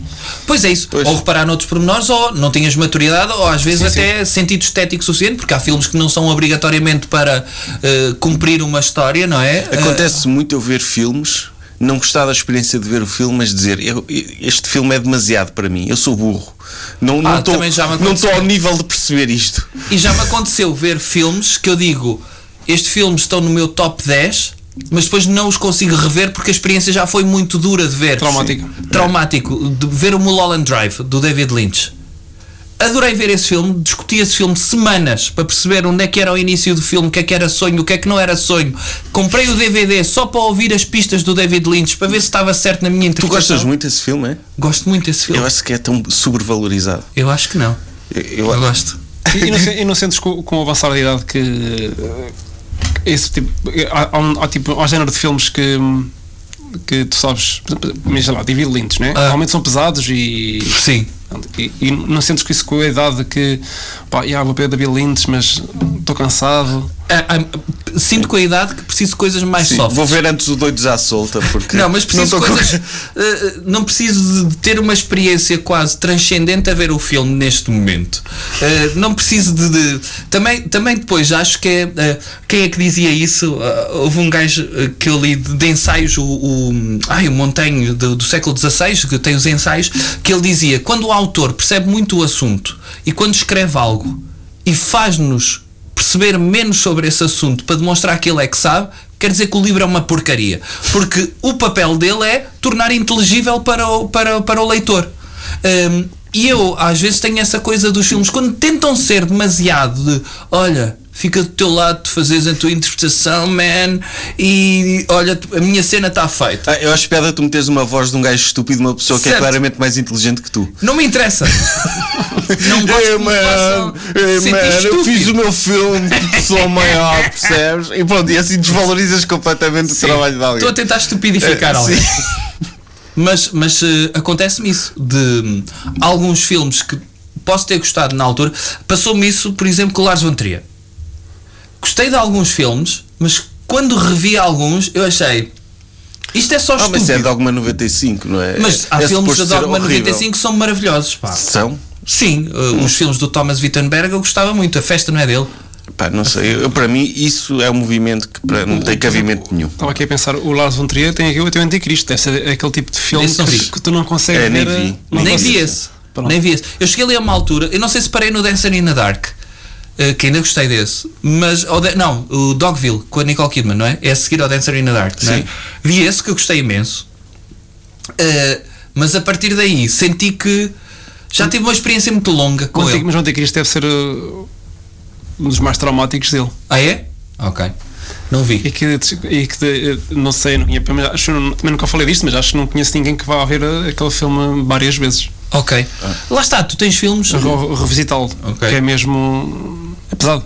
Speaker 1: Pois é isso.
Speaker 2: Pois.
Speaker 1: Ou reparar noutros pormenores, ou não tinhas maturidade, ou às vezes
Speaker 4: Sim,
Speaker 1: até sentido estético suficiente, porque há filmes que não são obrigatoriamente para eh, cumprir uma história, não é?
Speaker 2: Acontece muito eu ver filmes, não gostar da experiência de ver o filme, mas dizer eu- este filme é demasiado para mim, eu sou burro. Não
Speaker 1: Ah,
Speaker 2: não estou
Speaker 1: também já me
Speaker 2: não estou
Speaker 1: aconteceu.
Speaker 2: ao nível de perceber isto.
Speaker 1: Eh, e já me aconteceu ver filmes que eu digo, estes filmes estão no meu top 10, mas depois não os consigo rever porque a experiência já foi muito dura de ver.
Speaker 4: Traumático.
Speaker 1: Sim. Traumático. De ver o Mulholland Drive, do David Lynch. Adorei ver esse filme, discuti esse filme semanas para perceber onde é que era o início do filme, o que é que era sonho, o que é que não era sonho. Comprei o DVD só para ouvir as pistas do David Lynch, para ver se estava certo na minha
Speaker 2: Tu
Speaker 1: interpretação.
Speaker 2: gostas muito desse filme, é?
Speaker 1: Gosto muito desse filme.
Speaker 2: Eu acho que é tão sobrevalorizado.
Speaker 1: Eu acho que não.
Speaker 2: Eu, eu-
Speaker 1: Eu gosto.
Speaker 4: E, e não, se- e não sentes com, com o avançar da idade que eh, esse tipo há, há um, há tipo há um género de filmes que hum, que tu sabes, por exemplo, mas sei lá, David Lynch, né?
Speaker 1: Ah.
Speaker 4: Normalmente são pesados e,
Speaker 1: Sim.
Speaker 4: e, e não sentes com isso com a idade que pá, yeah, vou pegar David Lynch, mas estou cansado.
Speaker 1: Ah, ah, Sinto com a idade que preciso de coisas mais
Speaker 2: sim,
Speaker 1: soft.
Speaker 2: vou ver antes o Doidos à Solta porque
Speaker 1: Não, mas preciso
Speaker 2: não
Speaker 1: de
Speaker 2: tô com-
Speaker 1: coisas. eh, não preciso de ter uma experiência quase transcendente a ver o filme neste momento. Eh, não preciso de. de- também, também depois acho que é. eh, quem é que dizia isso? Ah, houve um gajo eh, que eu li de, de ensaios, o, o, ai, o Montaigne do, do século XVI, que tem os ensaios, que ele dizia: quando o autor percebe muito o assunto e quando escreve algo e faz-nos perceber menos sobre esse assunto para demonstrar que ele é que sabe, quer dizer que o livro é uma porcaria. Porque o papel dele é tornar inteligível para o, para, para o leitor. Hum, e eu, às vezes, tenho essa coisa dos filmes, quando tentam ser demasiado de olha, fica do teu lado, tu fazes a tua interpretação, man, e olha, a minha cena está feita.
Speaker 2: Ah, eu acho piada tu meteres uma voz de um gajo estúpido, uma pessoa que é
Speaker 1: Certo.
Speaker 2: claramente mais inteligente que tu.
Speaker 1: Não me interessa. Não gosto
Speaker 2: Ei,
Speaker 1: que me façam
Speaker 2: mano, ei,
Speaker 1: sentir
Speaker 2: mano, eu
Speaker 1: estúpido.
Speaker 2: fiz o meu filme de pessoa maior, percebes? E pronto, e assim desvalorizas completamente
Speaker 1: Sim.
Speaker 2: o trabalho de alguém.
Speaker 1: Estou a tentar estupidificar
Speaker 2: Eh,
Speaker 1: alguém.
Speaker 2: sim.
Speaker 1: Mas, mas eh, acontece-me isso. De hum, alguns filmes que posso ter gostado na altura. Passou-me isso, por exemplo, com o Lars von Trier. Gostei de alguns filmes, mas quando revi alguns, eu achei... Isto é só
Speaker 2: Ah, mas é de
Speaker 1: estúpido.
Speaker 2: alguma 95, não é?
Speaker 1: Mas
Speaker 2: É-
Speaker 1: há
Speaker 2: é
Speaker 1: filmes
Speaker 2: suposto
Speaker 1: da
Speaker 2: ser
Speaker 1: Dogma
Speaker 2: horrível. Hum.
Speaker 1: 95 que são maravilhosos, pá.
Speaker 2: São?
Speaker 1: Sim, eh, os filmes do Thomas Wittenberg eu gostava muito. A festa não é dele.
Speaker 2: Pá, não sei. Eu, para mim, isso é um movimento que para- não tem cabimento nenhum.
Speaker 4: Estava aqui a pensar, o Lars von Trier tem aqui o Teu Anticristo, deve ser aquele tipo de filme
Speaker 1: Esse não
Speaker 4: que,
Speaker 1: vi.
Speaker 4: que tu não consegues
Speaker 2: É, nem
Speaker 4: ver. eh,
Speaker 2: vi.
Speaker 4: não
Speaker 1: Nem
Speaker 4: consegues-
Speaker 1: vi esse.
Speaker 4: Pronto.
Speaker 1: Nem vi esse. Eu cheguei ali a uma altura, eu não sei se parei no Dancer in the Dark, eh, que ainda gostei desse, mas. ou de- não, o Dogville, com a Nicole Kidman, não é? É a seguir ao Dancer in the Dark, não é?
Speaker 2: Sim.
Speaker 1: Vi esse que eu gostei imenso, eh, mas a partir daí senti que já tive uma experiência muito longa
Speaker 4: O
Speaker 1: com
Speaker 4: Antic-
Speaker 1: ele.
Speaker 4: mas o Anticristo deve ser uh, um dos mais traumáticos dele.
Speaker 1: Ah, é? Ok. Não
Speaker 4: E
Speaker 1: vi.
Speaker 4: que, e que eh, não sei, não, conhe- também acho- também nunca falei disto, mas acho que não conheço ninguém que vá ver eh, aquele filme várias vezes.
Speaker 1: Ok.
Speaker 4: Ah.
Speaker 1: Lá está, tu tens filmes.
Speaker 4: Re- Revisitá-lo,
Speaker 1: Ok.
Speaker 4: que é mesmo. é pesado.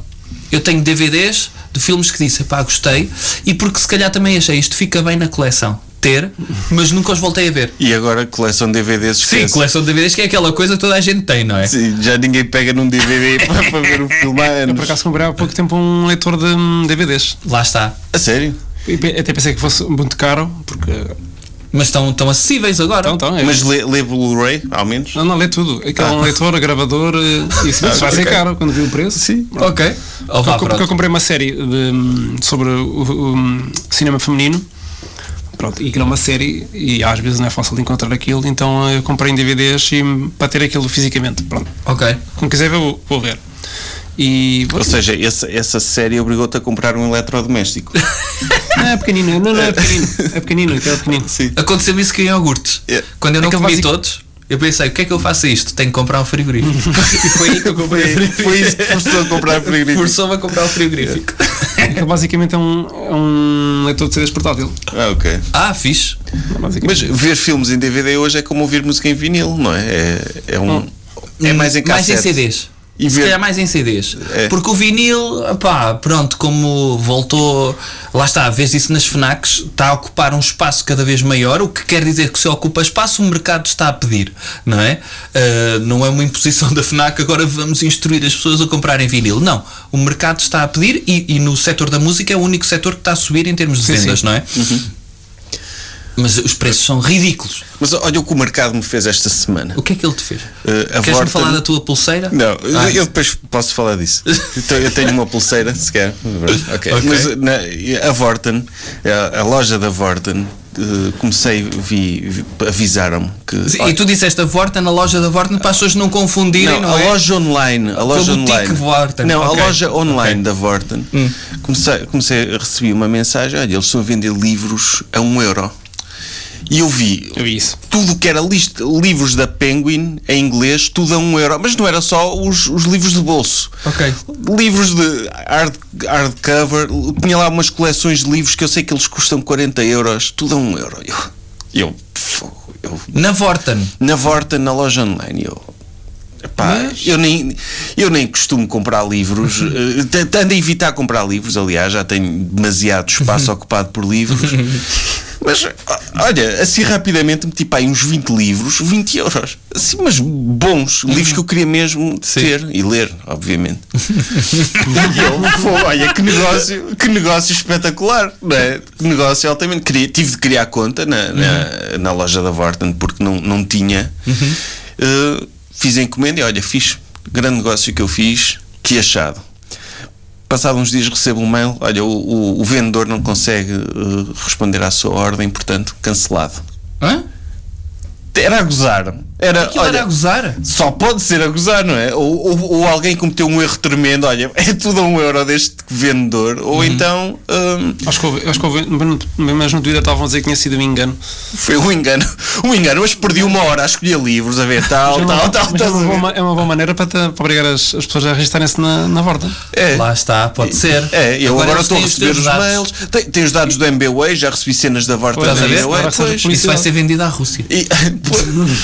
Speaker 1: Eu tenho DVDs de filmes que disse, pá, gostei, e porque se calhar também achei isto fica bem na coleção. Ter, mas nunca os voltei a ver.
Speaker 2: E agora, coleção de DVDs
Speaker 1: Sim,
Speaker 2: esquece.
Speaker 1: coleção de DVDs que é aquela coisa que toda a gente tem, não é?
Speaker 2: Sim, já ninguém pega num DVD para, para ver o filme há
Speaker 4: Eu por
Speaker 2: anos.
Speaker 4: acaso comprei há pouco tempo um leitor de hum, DVDs.
Speaker 1: Lá está.
Speaker 2: A sério?
Speaker 4: E pe- até pensei que fosse muito caro, porque.
Speaker 1: Mas estão, estão acessíveis agora.
Speaker 4: Então, então, é-
Speaker 2: Mas lê, lê Blu-ray, ao menos?
Speaker 4: Não, não, lê tudo. Aquele é um leitor, gravador, eh, isso, isso vai ser
Speaker 2: Ah, ok.
Speaker 4: caro quando vi o preço. Sim.
Speaker 1: ok. Ó, vá,
Speaker 4: Porque- porque eu
Speaker 1: pronto.
Speaker 4: comprei uma série de- sobre o, o cinema feminino. Pronto, e que era uma série, e às vezes não é fácil de encontrar aquilo, então eu comprei em DVDs e, para ter aquilo fisicamente. Pronto,
Speaker 1: Ok.
Speaker 4: quando quiser ver, vou, vou ver. E.
Speaker 2: Ou seja, essa, essa série obrigou-te a comprar um eletrodoméstico.
Speaker 4: Não, é pequenino, não, não, é pequenino, é pequenino, aquele pequenino.
Speaker 2: Sim.
Speaker 1: Aconteceu isso com iogurtes.
Speaker 2: É.
Speaker 1: Quando eu não
Speaker 4: Aquele
Speaker 1: comi
Speaker 4: básico-
Speaker 1: todos, eu pensei, o que é que eu faço a isto? Tenho que comprar um frigorífico. e foi aí que eu comprei o
Speaker 2: Foi,
Speaker 1: frigorífico.
Speaker 2: foi isso que forçou a comprar frigorífico.
Speaker 1: Forçou-me a comprar o frigorífico.
Speaker 4: Aquele basicamente é um, é um leitor de CDs portátil.
Speaker 2: Ah, ok.
Speaker 1: ah, fixe.
Speaker 2: Mas
Speaker 4: Basicamente.
Speaker 2: ver filmes em DVD hoje é como ouvir música em vinil, não é? É, é um. É mais em
Speaker 1: mais em
Speaker 2: cassete.
Speaker 1: CDs.
Speaker 2: E
Speaker 1: se
Speaker 2: ver-
Speaker 1: calhar mais em CDs.
Speaker 2: É.
Speaker 1: Porque o vinil, pá, pronto, como voltou, lá está, vês isso nas FNACs, está a ocupar um espaço cada vez maior, o que quer dizer que se ocupa espaço, o mercado está a pedir, não é? Ah, não é uma imposição da FNAC, agora vamos instruir as pessoas a comprarem vinil. Não, o mercado está a pedir e, e no setor da música é o único setor que está a subir em termos de
Speaker 4: Sim,
Speaker 1: vendas,
Speaker 4: sim.
Speaker 1: não é?
Speaker 2: Uhum.
Speaker 1: Mas os preços são ridículos.
Speaker 2: Mas olha o que o mercado me fez esta semana.
Speaker 1: O que é que ele te fez?
Speaker 2: Eh, a
Speaker 1: Queres-me
Speaker 2: Vorten-
Speaker 1: falar da tua pulseira?
Speaker 2: Não,
Speaker 1: Ah.
Speaker 2: eu depois posso falar disso. Então, eu tenho uma pulseira, se quer. Ok.
Speaker 1: Ok.
Speaker 2: Mas na- a Vorten, a, a loja da Vorten, eh, comecei, vi, vi- avisaram-me que.
Speaker 1: Sim,
Speaker 2: olha,
Speaker 1: E tu disseste a Vorta na loja da Vorta para as pessoas não confundirem, não,
Speaker 2: a
Speaker 1: é?
Speaker 2: loja online, a loja
Speaker 1: boutique
Speaker 2: online.
Speaker 1: Vorten,
Speaker 2: Não,
Speaker 1: ok. Hum.
Speaker 2: a loja online da Vorten. Comecei, comecei a receber uma mensagem, olha, eles estão a vender livros a um euro. E eu vi
Speaker 4: Eu vi isso.
Speaker 2: tudo o que era list- livros da Penguin em inglês, tudo a um euro. Mas não era só os, os livros de bolso.
Speaker 1: Ok.
Speaker 2: Livros de hard, hardcover, tinha lá umas coleções de livros que eu sei que eles custam 40 euros, tudo a um euro. Eu, eu, fogo, eu
Speaker 1: Na Vorten.
Speaker 2: na Vorta, na loja online. Eu, epá, eu, nem, eu nem costumo comprar livros, eh, t- t- ando a evitar comprar livros, aliás, já tenho demasiado espaço ocupado por livros. Mas o- olha, assim rapidamente meti pá, aí uns 20 livros, 20 euros. Assim, mas bons, livros que eu queria mesmo ter e ler, obviamente. e eu, pô, olha, que negócio, que negócio espetacular, não é? Que negócio altamente. Queria, tive de criar conta na,
Speaker 1: Uhum.
Speaker 2: na, na loja da Vorten porque não, não tinha. Uh, fiz a encomenda e olha, fiz grande negócio que eu fiz, que achado. Passado uns dias recebo um mail, olha, o, o- o vendedor não consegue uh, responder à sua ordem, portanto, cancelado.
Speaker 1: Hã?
Speaker 2: Era a gozar. Era,
Speaker 1: Aquilo
Speaker 2: olha,
Speaker 1: era a gozar.
Speaker 2: só pode ser a gozar, não é? Ou, ou- ou alguém cometeu um erro tremendo, olha, é tudo a um euro deste vendedor, ou
Speaker 1: Uhum.
Speaker 2: então hum,
Speaker 4: Acho que houve, acho que houve mas no Twitter estavam a dizer que tinha sido um engano.
Speaker 2: foi um engano. Um engano, mas perdi uma hora a escolher livros, a ver tal,
Speaker 4: Mas é uma-
Speaker 2: tal, tal,
Speaker 4: mas é,
Speaker 2: tal.
Speaker 4: uma boa, ma- é uma boa maneira para, te- para obrigar as, as pessoas a registarem-se na, na borda.
Speaker 2: É.
Speaker 1: Lá está, pode ser.
Speaker 2: É, eu agora,
Speaker 1: eles
Speaker 2: estou a
Speaker 1: têm
Speaker 2: receber
Speaker 1: teus
Speaker 2: os
Speaker 1: dados.
Speaker 2: mails. Tem, tem os dados do MBWay, já recebi cenas da Vorta
Speaker 4: Pois
Speaker 2: da
Speaker 1: é, isso,
Speaker 2: MBWay.
Speaker 4: agora que
Speaker 2: Pois,
Speaker 4: seja
Speaker 1: Isso vai ser vendido à Rússia.
Speaker 2: E, pô,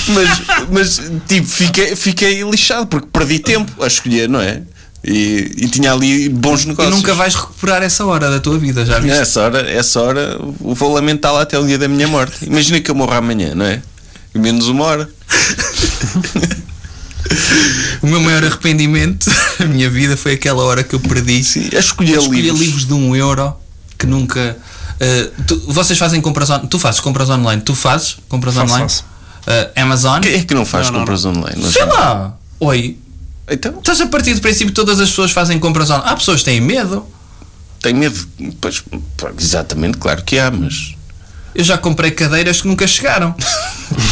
Speaker 2: mas, mas tipo, fiquei, fiquei lixado porque perdi tempo a escolher, não é? E, e tinha ali bons
Speaker 1: E
Speaker 2: negócios. É.
Speaker 1: nunca vais recuperar essa hora da tua vida, já viste?
Speaker 2: Essa hora, essa hora vou lamentá-la até o dia da minha morte. Imagina que eu morro amanhã, não é? Em Menos uma hora.
Speaker 1: O meu maior arrependimento, a minha vida, foi aquela hora que eu perdi.
Speaker 2: Sim, a escolher
Speaker 1: Escolhi
Speaker 2: é livros.
Speaker 1: livros de um euro que nunca. Uh, tu- vocês fazem compras online? Tu fazes compras online? Tu fazes compras
Speaker 4: Faço,
Speaker 1: online?
Speaker 4: faço.
Speaker 1: Uh, Amazon?
Speaker 2: Quem é que é não faz
Speaker 4: Não, não,
Speaker 2: compras online?
Speaker 1: Sei lá. Oi.
Speaker 2: Então,
Speaker 1: Estás a partir do princípio que todas as pessoas fazem compras online? Há pessoas que têm medo.
Speaker 2: tenho medo. Pois, pá, exatamente, claro que há, mas.
Speaker 1: Eu já comprei cadeiras que nunca chegaram.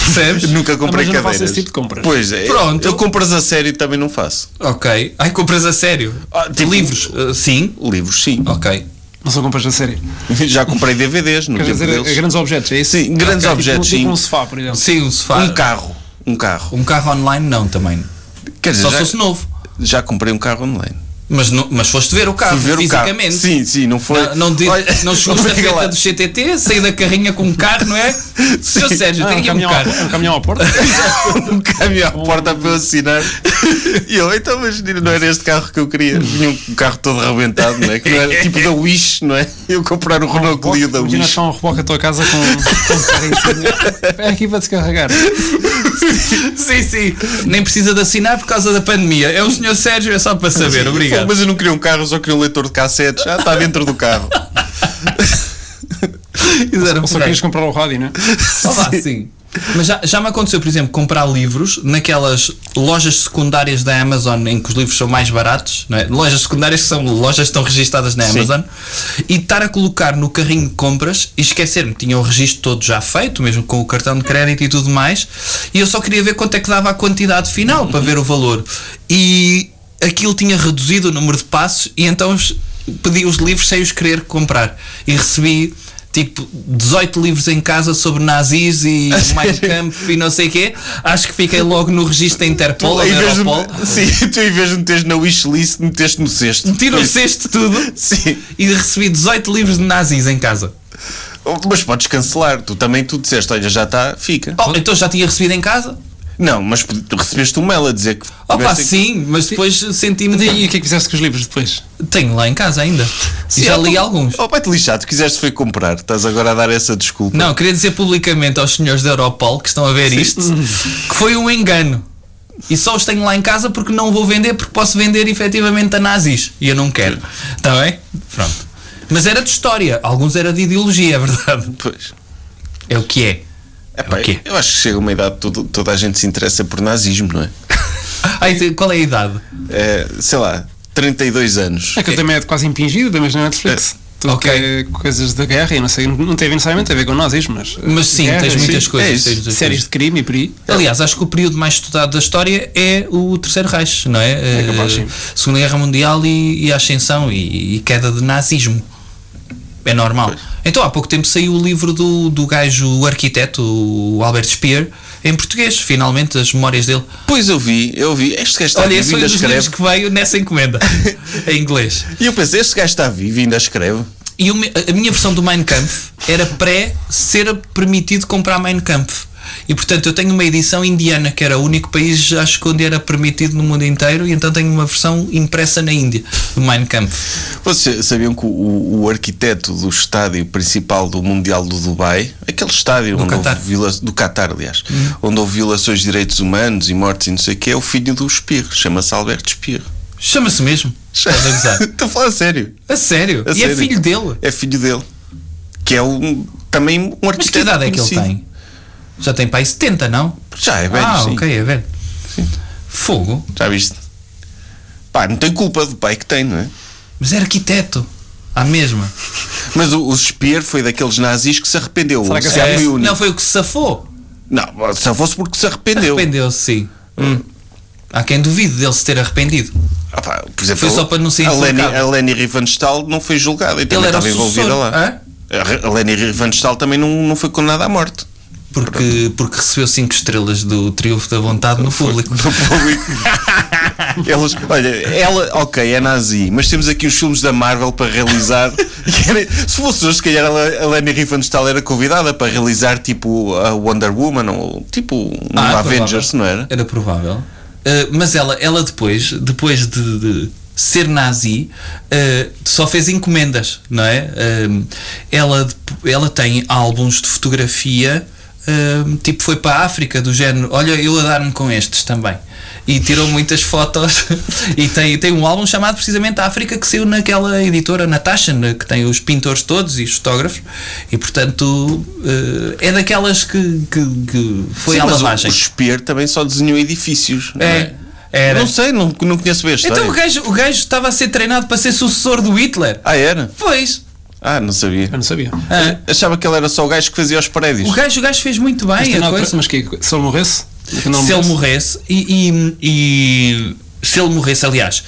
Speaker 1: Percebes?
Speaker 2: Nunca comprei
Speaker 4: Ah, mas eu não faço
Speaker 2: cadeiras.
Speaker 4: esse tipo de compras.
Speaker 2: Pois é.
Speaker 1: Pronto.
Speaker 2: Eu compras a sério também não faço.
Speaker 1: Ok. Ai, compras a sério?
Speaker 2: Ah, tipo-
Speaker 1: Livros? Uh, sim.
Speaker 2: Livros, sim.
Speaker 1: Ok.
Speaker 4: Não são compras da série.
Speaker 2: Já comprei DVDs no
Speaker 4: Quer
Speaker 2: tempo
Speaker 4: dizer,
Speaker 2: deles.
Speaker 4: grandes objetos, é isso?
Speaker 2: Sim, grandes
Speaker 4: Ok,
Speaker 2: objetos,
Speaker 4: tipo,
Speaker 2: sim.
Speaker 4: Tipo um sofá, por exemplo.
Speaker 1: Sim, um sofá.
Speaker 2: Um carro. Um carro.
Speaker 1: Um carro online não também.
Speaker 2: Quer dizer,
Speaker 1: Só
Speaker 2: já,
Speaker 1: se fosse novo.
Speaker 2: já comprei um carro online.
Speaker 1: Mas, não- mas foste ver o carro
Speaker 2: Fui ver o carro.
Speaker 1: fisicamente.
Speaker 2: Sim, sim, não foi.
Speaker 1: Não, não, di-
Speaker 2: Olha,
Speaker 1: não chegou na
Speaker 2: diga lá.
Speaker 1: festa do CTT, saí da carrinha com um carro, não é? Seu Sérgio,
Speaker 4: Ah,
Speaker 1: tem
Speaker 4: um,
Speaker 1: aqui um
Speaker 4: caminhão
Speaker 1: carro.
Speaker 4: à, um caminhão à porta?
Speaker 2: um caminho à porta para eu assinar. E eu, então, mas não era este carro que eu queria. Vinha um carro todo arrebentado, não é? Que não era tipo da Wish, não é? Eu comprar o Renault Clio da
Speaker 4: Imagina
Speaker 2: Wish.
Speaker 4: achar um reboque à tua casa com, com um carro em cima. É aqui para descarregar.
Speaker 1: Sim, sim. Nem precisa de assinar por causa da pandemia. É o senhor Sérgio, é só para saber.
Speaker 2: Pô,
Speaker 1: Obrigado.
Speaker 2: Mas eu não queria um carro, eu só queria um leitor de cassetes. Ah, está dentro do carro.
Speaker 1: Isso era
Speaker 4: Ou só
Speaker 1: por aí.
Speaker 4: querias comprar o rádio, não é?
Speaker 1: Ó vá, sim. assim? Mas já, já me aconteceu, por exemplo, comprar livros naquelas lojas secundárias da Amazon em que os livros são mais baratos, não é? lojas secundárias que são lojas que estão registadas na Amazon, e estar a colocar no carrinho de compras e esquecer-me, tinha o registro todo já feito, mesmo com o cartão de crédito e tudo mais, e eu só queria ver quanto é que dava a quantidade final para ver o valor. E aquilo tinha reduzido o número de passos, e então os- pedi os livros sem os querer comprar. E recebi tipo 18 livros em casa sobre nazis e mais campo e não sei o quê. Acho que fiquei logo no registro da Interpol ou da
Speaker 2: em vez de-
Speaker 1: Europol.
Speaker 2: sim, tu em vez de meteres na wishlist, meteste no cesto.
Speaker 1: Meti no cesto tudo
Speaker 2: Sim.
Speaker 1: e recebi 18 livros de nazis em casa.
Speaker 2: Mas podes cancelar. Tu também tu disseste, olha, já está, fica.
Speaker 1: Oh, então já tinha recebido em casa?
Speaker 2: Não, mas tu recebeste um mail a dizer que.
Speaker 1: Opa,
Speaker 2: tiveste-
Speaker 1: sim, mas depois senti-me.
Speaker 4: E o
Speaker 1: de-
Speaker 4: que é que fizeste com os livros depois?
Speaker 1: Tenho lá em casa ainda. E já li alguns.
Speaker 2: Oh, vai-te lixar, tu quiseste foi comprar. Estás agora a dar essa desculpa.
Speaker 1: Não, queria dizer publicamente aos senhores da Europol que estão a ver isto que foi um engano. E só os tenho lá em casa porque não vou vender, porque posso vender efetivamente a nazis. E eu não quero. Está bem? Pronto. Mas era de história, alguns era de ideologia, é verdade.
Speaker 2: Pois.
Speaker 1: É o que é.
Speaker 2: Epá,
Speaker 1: o quê?
Speaker 2: Eu acho que chega uma idade toda, toda a gente se interessa por nazismo, não é?
Speaker 1: Ai, te- qual é a idade?
Speaker 2: É, sei lá, 32 anos.
Speaker 4: É que eu também é quase impingido, bem, mas na Netflix. Tudo
Speaker 1: Ok.
Speaker 4: que é coisas da guerra e não sei, não tem necessariamente a ver com nazis, mas. eh,
Speaker 1: Mas sim,
Speaker 4: guerra,
Speaker 1: tens
Speaker 4: sim.
Speaker 1: muitas coisas.
Speaker 2: é isso.
Speaker 1: tens muitas
Speaker 4: Séries de crime e por aí.
Speaker 1: Aliás, acho que o período mais estudado da história é o Terceiro Reich, não é?
Speaker 4: É capaz,
Speaker 1: Eh,
Speaker 4: sim.
Speaker 1: Segunda Guerra Mundial e, e a ascensão e, e queda de nazismo. É normal. Então, há pouco tempo saiu o livro do, do gajo, o arquiteto, o Albert Speer, em português, finalmente, as memórias dele.
Speaker 2: Pois eu vi, eu vi. Este gajo está
Speaker 1: Olha, esse
Speaker 2: vivo,
Speaker 1: foi um
Speaker 2: ainda
Speaker 1: dos livros
Speaker 2: escreve.
Speaker 1: que veio nessa encomenda, em inglês.
Speaker 2: E eu pensei, este gajo está vivo, e ainda escreve.
Speaker 1: E o me- a minha versão do Mein Kampf era pré ser permitido comprar Mein Kampf. E portanto eu tenho uma edição indiana, que era o único país, acho que onde era permitido no mundo inteiro, e então tenho uma versão impressa na Índia do Mein Kampf.
Speaker 2: Vocês sabiam que o, o arquiteto do estádio principal do Mundial do Dubai, aquele estádio onde
Speaker 1: Qatar.
Speaker 2: houve viola, do Qatar, Uhum. aliás, onde houve violações de direitos humanos e mortes e não sei o que, é o filho do Espirro, chama-se Alberto Espirro.
Speaker 1: Chama-se mesmo. Estás a gozar.
Speaker 2: Estou a falar a sério.
Speaker 1: A sério.
Speaker 2: A
Speaker 1: e é
Speaker 2: sério.
Speaker 1: filho dele.
Speaker 2: É filho dele. Que é um, também um arquiteto.
Speaker 1: Mas que idade é que ele
Speaker 2: conhecido.
Speaker 1: tem? Já tem pai 70, não?
Speaker 2: Já é velho,
Speaker 1: ah,
Speaker 2: sim.
Speaker 1: ok, é velho. Fogo.
Speaker 2: Já viste? Pá, não tem culpa do pai que tem, não é?
Speaker 1: Mas é arquiteto. À mesma.
Speaker 2: Mas o, o Speer foi daqueles nazis que se arrependeu.
Speaker 4: Será que
Speaker 2: se
Speaker 4: é-
Speaker 2: arrependeu?
Speaker 1: não, foi o que se safou.
Speaker 2: Não, só fosse porque se arrependeu.
Speaker 1: Arrependeu-se, sim. Hum. Há quem duvide dele se ter arrependido.
Speaker 2: Ah pá, por exemplo,
Speaker 1: Foi só para não ser
Speaker 2: a Leni,
Speaker 1: insultado.
Speaker 2: a Leni Riefenstahl não foi julgada e também
Speaker 1: era o
Speaker 2: estava envolvida
Speaker 1: sucessor,
Speaker 2: lá. A Re- A Leni Riefenstahl também não, não foi condenada à morte.
Speaker 1: Porque, porque recebeu 5 estrelas do Triunfo da Vontade no público.
Speaker 2: No público. Eles, olha, ela, ok, é nazi, mas temos aqui os filmes da Marvel para realizar. E era- se fosse hoje, se calhar a a Leni Riefenstahl era convidada para realizar tipo a Wonder Woman ou tipo um
Speaker 1: Ah,
Speaker 2: Avengers,
Speaker 1: provável.
Speaker 2: não era?
Speaker 1: Era provável. Ah, mas ela, ela depois, depois de, de ser nazi, ah, só fez Eh, encomendas, não é? Ah, ela, dep- ela tem álbuns de fotografia hum, tipo, foi para a África, do género, olha, eu a dar-me com estes também. E tirou muitas fotos. e tem, tem um álbum chamado precisamente África, que saiu naquela editora Natasha, né, que tem os pintores todos e os fotógrafos. E portanto, eh, é daquelas que, que- que foi
Speaker 2: Sim,
Speaker 1: a
Speaker 2: mas o,
Speaker 1: lavagem.
Speaker 2: o Speer também só desenhou edifícios. não
Speaker 1: É, era.
Speaker 2: Não sei, não, não conheço bem a história.
Speaker 1: Então o gajo, o gajo estava a ser treinado para ser sucessor do Hitler.
Speaker 2: Ah, era?
Speaker 1: Pois.
Speaker 2: Ah, não sabia.
Speaker 4: Eu não sabia.
Speaker 1: Ah,
Speaker 2: Achava que ele era só o gajo que fazia os prédios.
Speaker 1: o, gajo, o gajo fez muito
Speaker 4: Mas
Speaker 1: bem
Speaker 4: tem
Speaker 1: a
Speaker 4: na altura-
Speaker 1: coisa.
Speaker 4: é mas que, se ele morresse? que não
Speaker 1: se ele morresse e, e- e se ele morresse, aliás,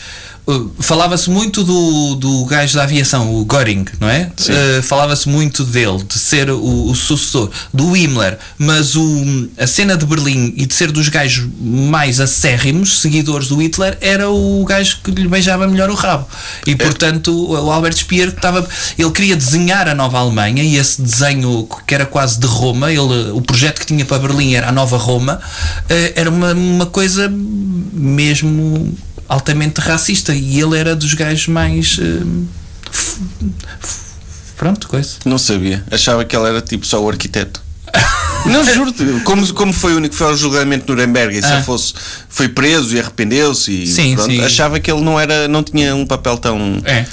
Speaker 1: uh, falava-se muito do, do gajo da aviação, o Göring, não é? Uh, falava-se muito dele, de ser o, o sucessor do Himmler, mas o, a cena de Berlim e de ser dos gajos mais acérrimos, seguidores do Hitler, era o gajo que lhe beijava melhor o rabo.
Speaker 2: É.
Speaker 1: E portanto o Albert Speer estava. Ele queria desenhar a nova Alemanha e esse desenho que era quase de Roma, ele, o projeto que tinha para Berlim era a nova Roma, eh, era uma, uma coisa mesmo altamente racista e ele era dos gajos mais. eh, f- f- pronto, coisa.
Speaker 2: Não sabia. Achava que ele era tipo só o arquiteto. não, juro-te. Como, como foi o único que foi ao julgamento de Nuremberg e se
Speaker 1: Ah.
Speaker 2: ele fosse, foi preso e arrependeu-se e
Speaker 1: Sim,
Speaker 2: pronto,
Speaker 1: sim.
Speaker 2: achava que ele não, era, não tinha um papel tão.
Speaker 1: É.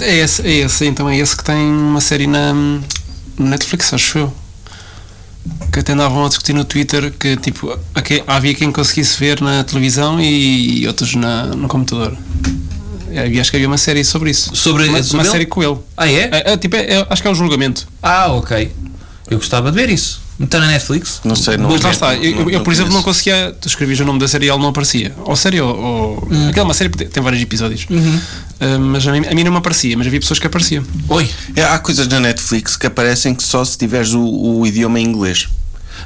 Speaker 4: É esse, é esse, então é esse que tem uma série na no Netflix, acho eu. Que até andavam a discutir no Twitter que tipo, a que- havia quem conseguisse ver na televisão e outros na, no computador. É, E acho que havia uma série sobre isso.
Speaker 1: Sobre-
Speaker 4: uma,
Speaker 1: sobre
Speaker 4: uma
Speaker 1: ele?
Speaker 4: série com ele.
Speaker 1: Ah, é?
Speaker 4: É, é, tipo, é- é- acho que é o julgamento.
Speaker 1: Ah, ok. Eu gostava de ver isso. Está na Netflix?
Speaker 2: Não sei, não.
Speaker 4: Mas lá está, eu,
Speaker 2: não-
Speaker 4: eu, por exemplo, não
Speaker 2: conheço.
Speaker 4: conseguia. Tu escrevias o nome da série e ela não aparecia. Ou série ou. ou
Speaker 2: Uhum.
Speaker 4: Aquela é uma série que tem- tem vários episódios. Ah, mas a mim, a mim não me aparecia, mas havia pessoas que apareciam.
Speaker 1: Oi.
Speaker 2: É, há coisas na Netflix que aparecem que só se tiveres o, o idioma em inglês.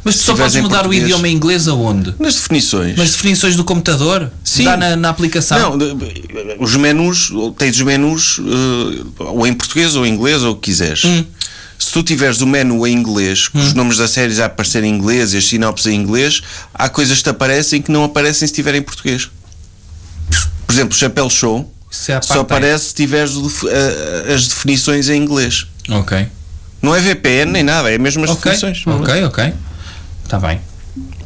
Speaker 1: Mas tu
Speaker 2: Se
Speaker 1: só
Speaker 2: tiveres
Speaker 1: podes
Speaker 2: em
Speaker 1: mudar o
Speaker 2: português.
Speaker 1: idioma em inglês aonde?
Speaker 2: Nas definições.
Speaker 1: Mas definições do computador?
Speaker 2: Sim.
Speaker 1: Dá na, na aplicação?
Speaker 2: Não, de- os menus, tens os menus eh, ou em português ou em inglês ou o que quiseres.
Speaker 1: Hum.
Speaker 2: Se tu tiveres o menu em inglês, com os nomes das séries a aparecer em inglês e as sinopses em inglês, há coisas que te aparecem que não aparecem se tiver em português. Por exemplo, Chapéu Show
Speaker 1: Isso é apartheid.
Speaker 2: só aparece se tiveres o def- a- a- as definições em inglês.
Speaker 1: Ok.
Speaker 2: Não é VPN nem nada, é mesmo as
Speaker 1: Ok,
Speaker 2: definições.
Speaker 1: ok, ok. Está bem.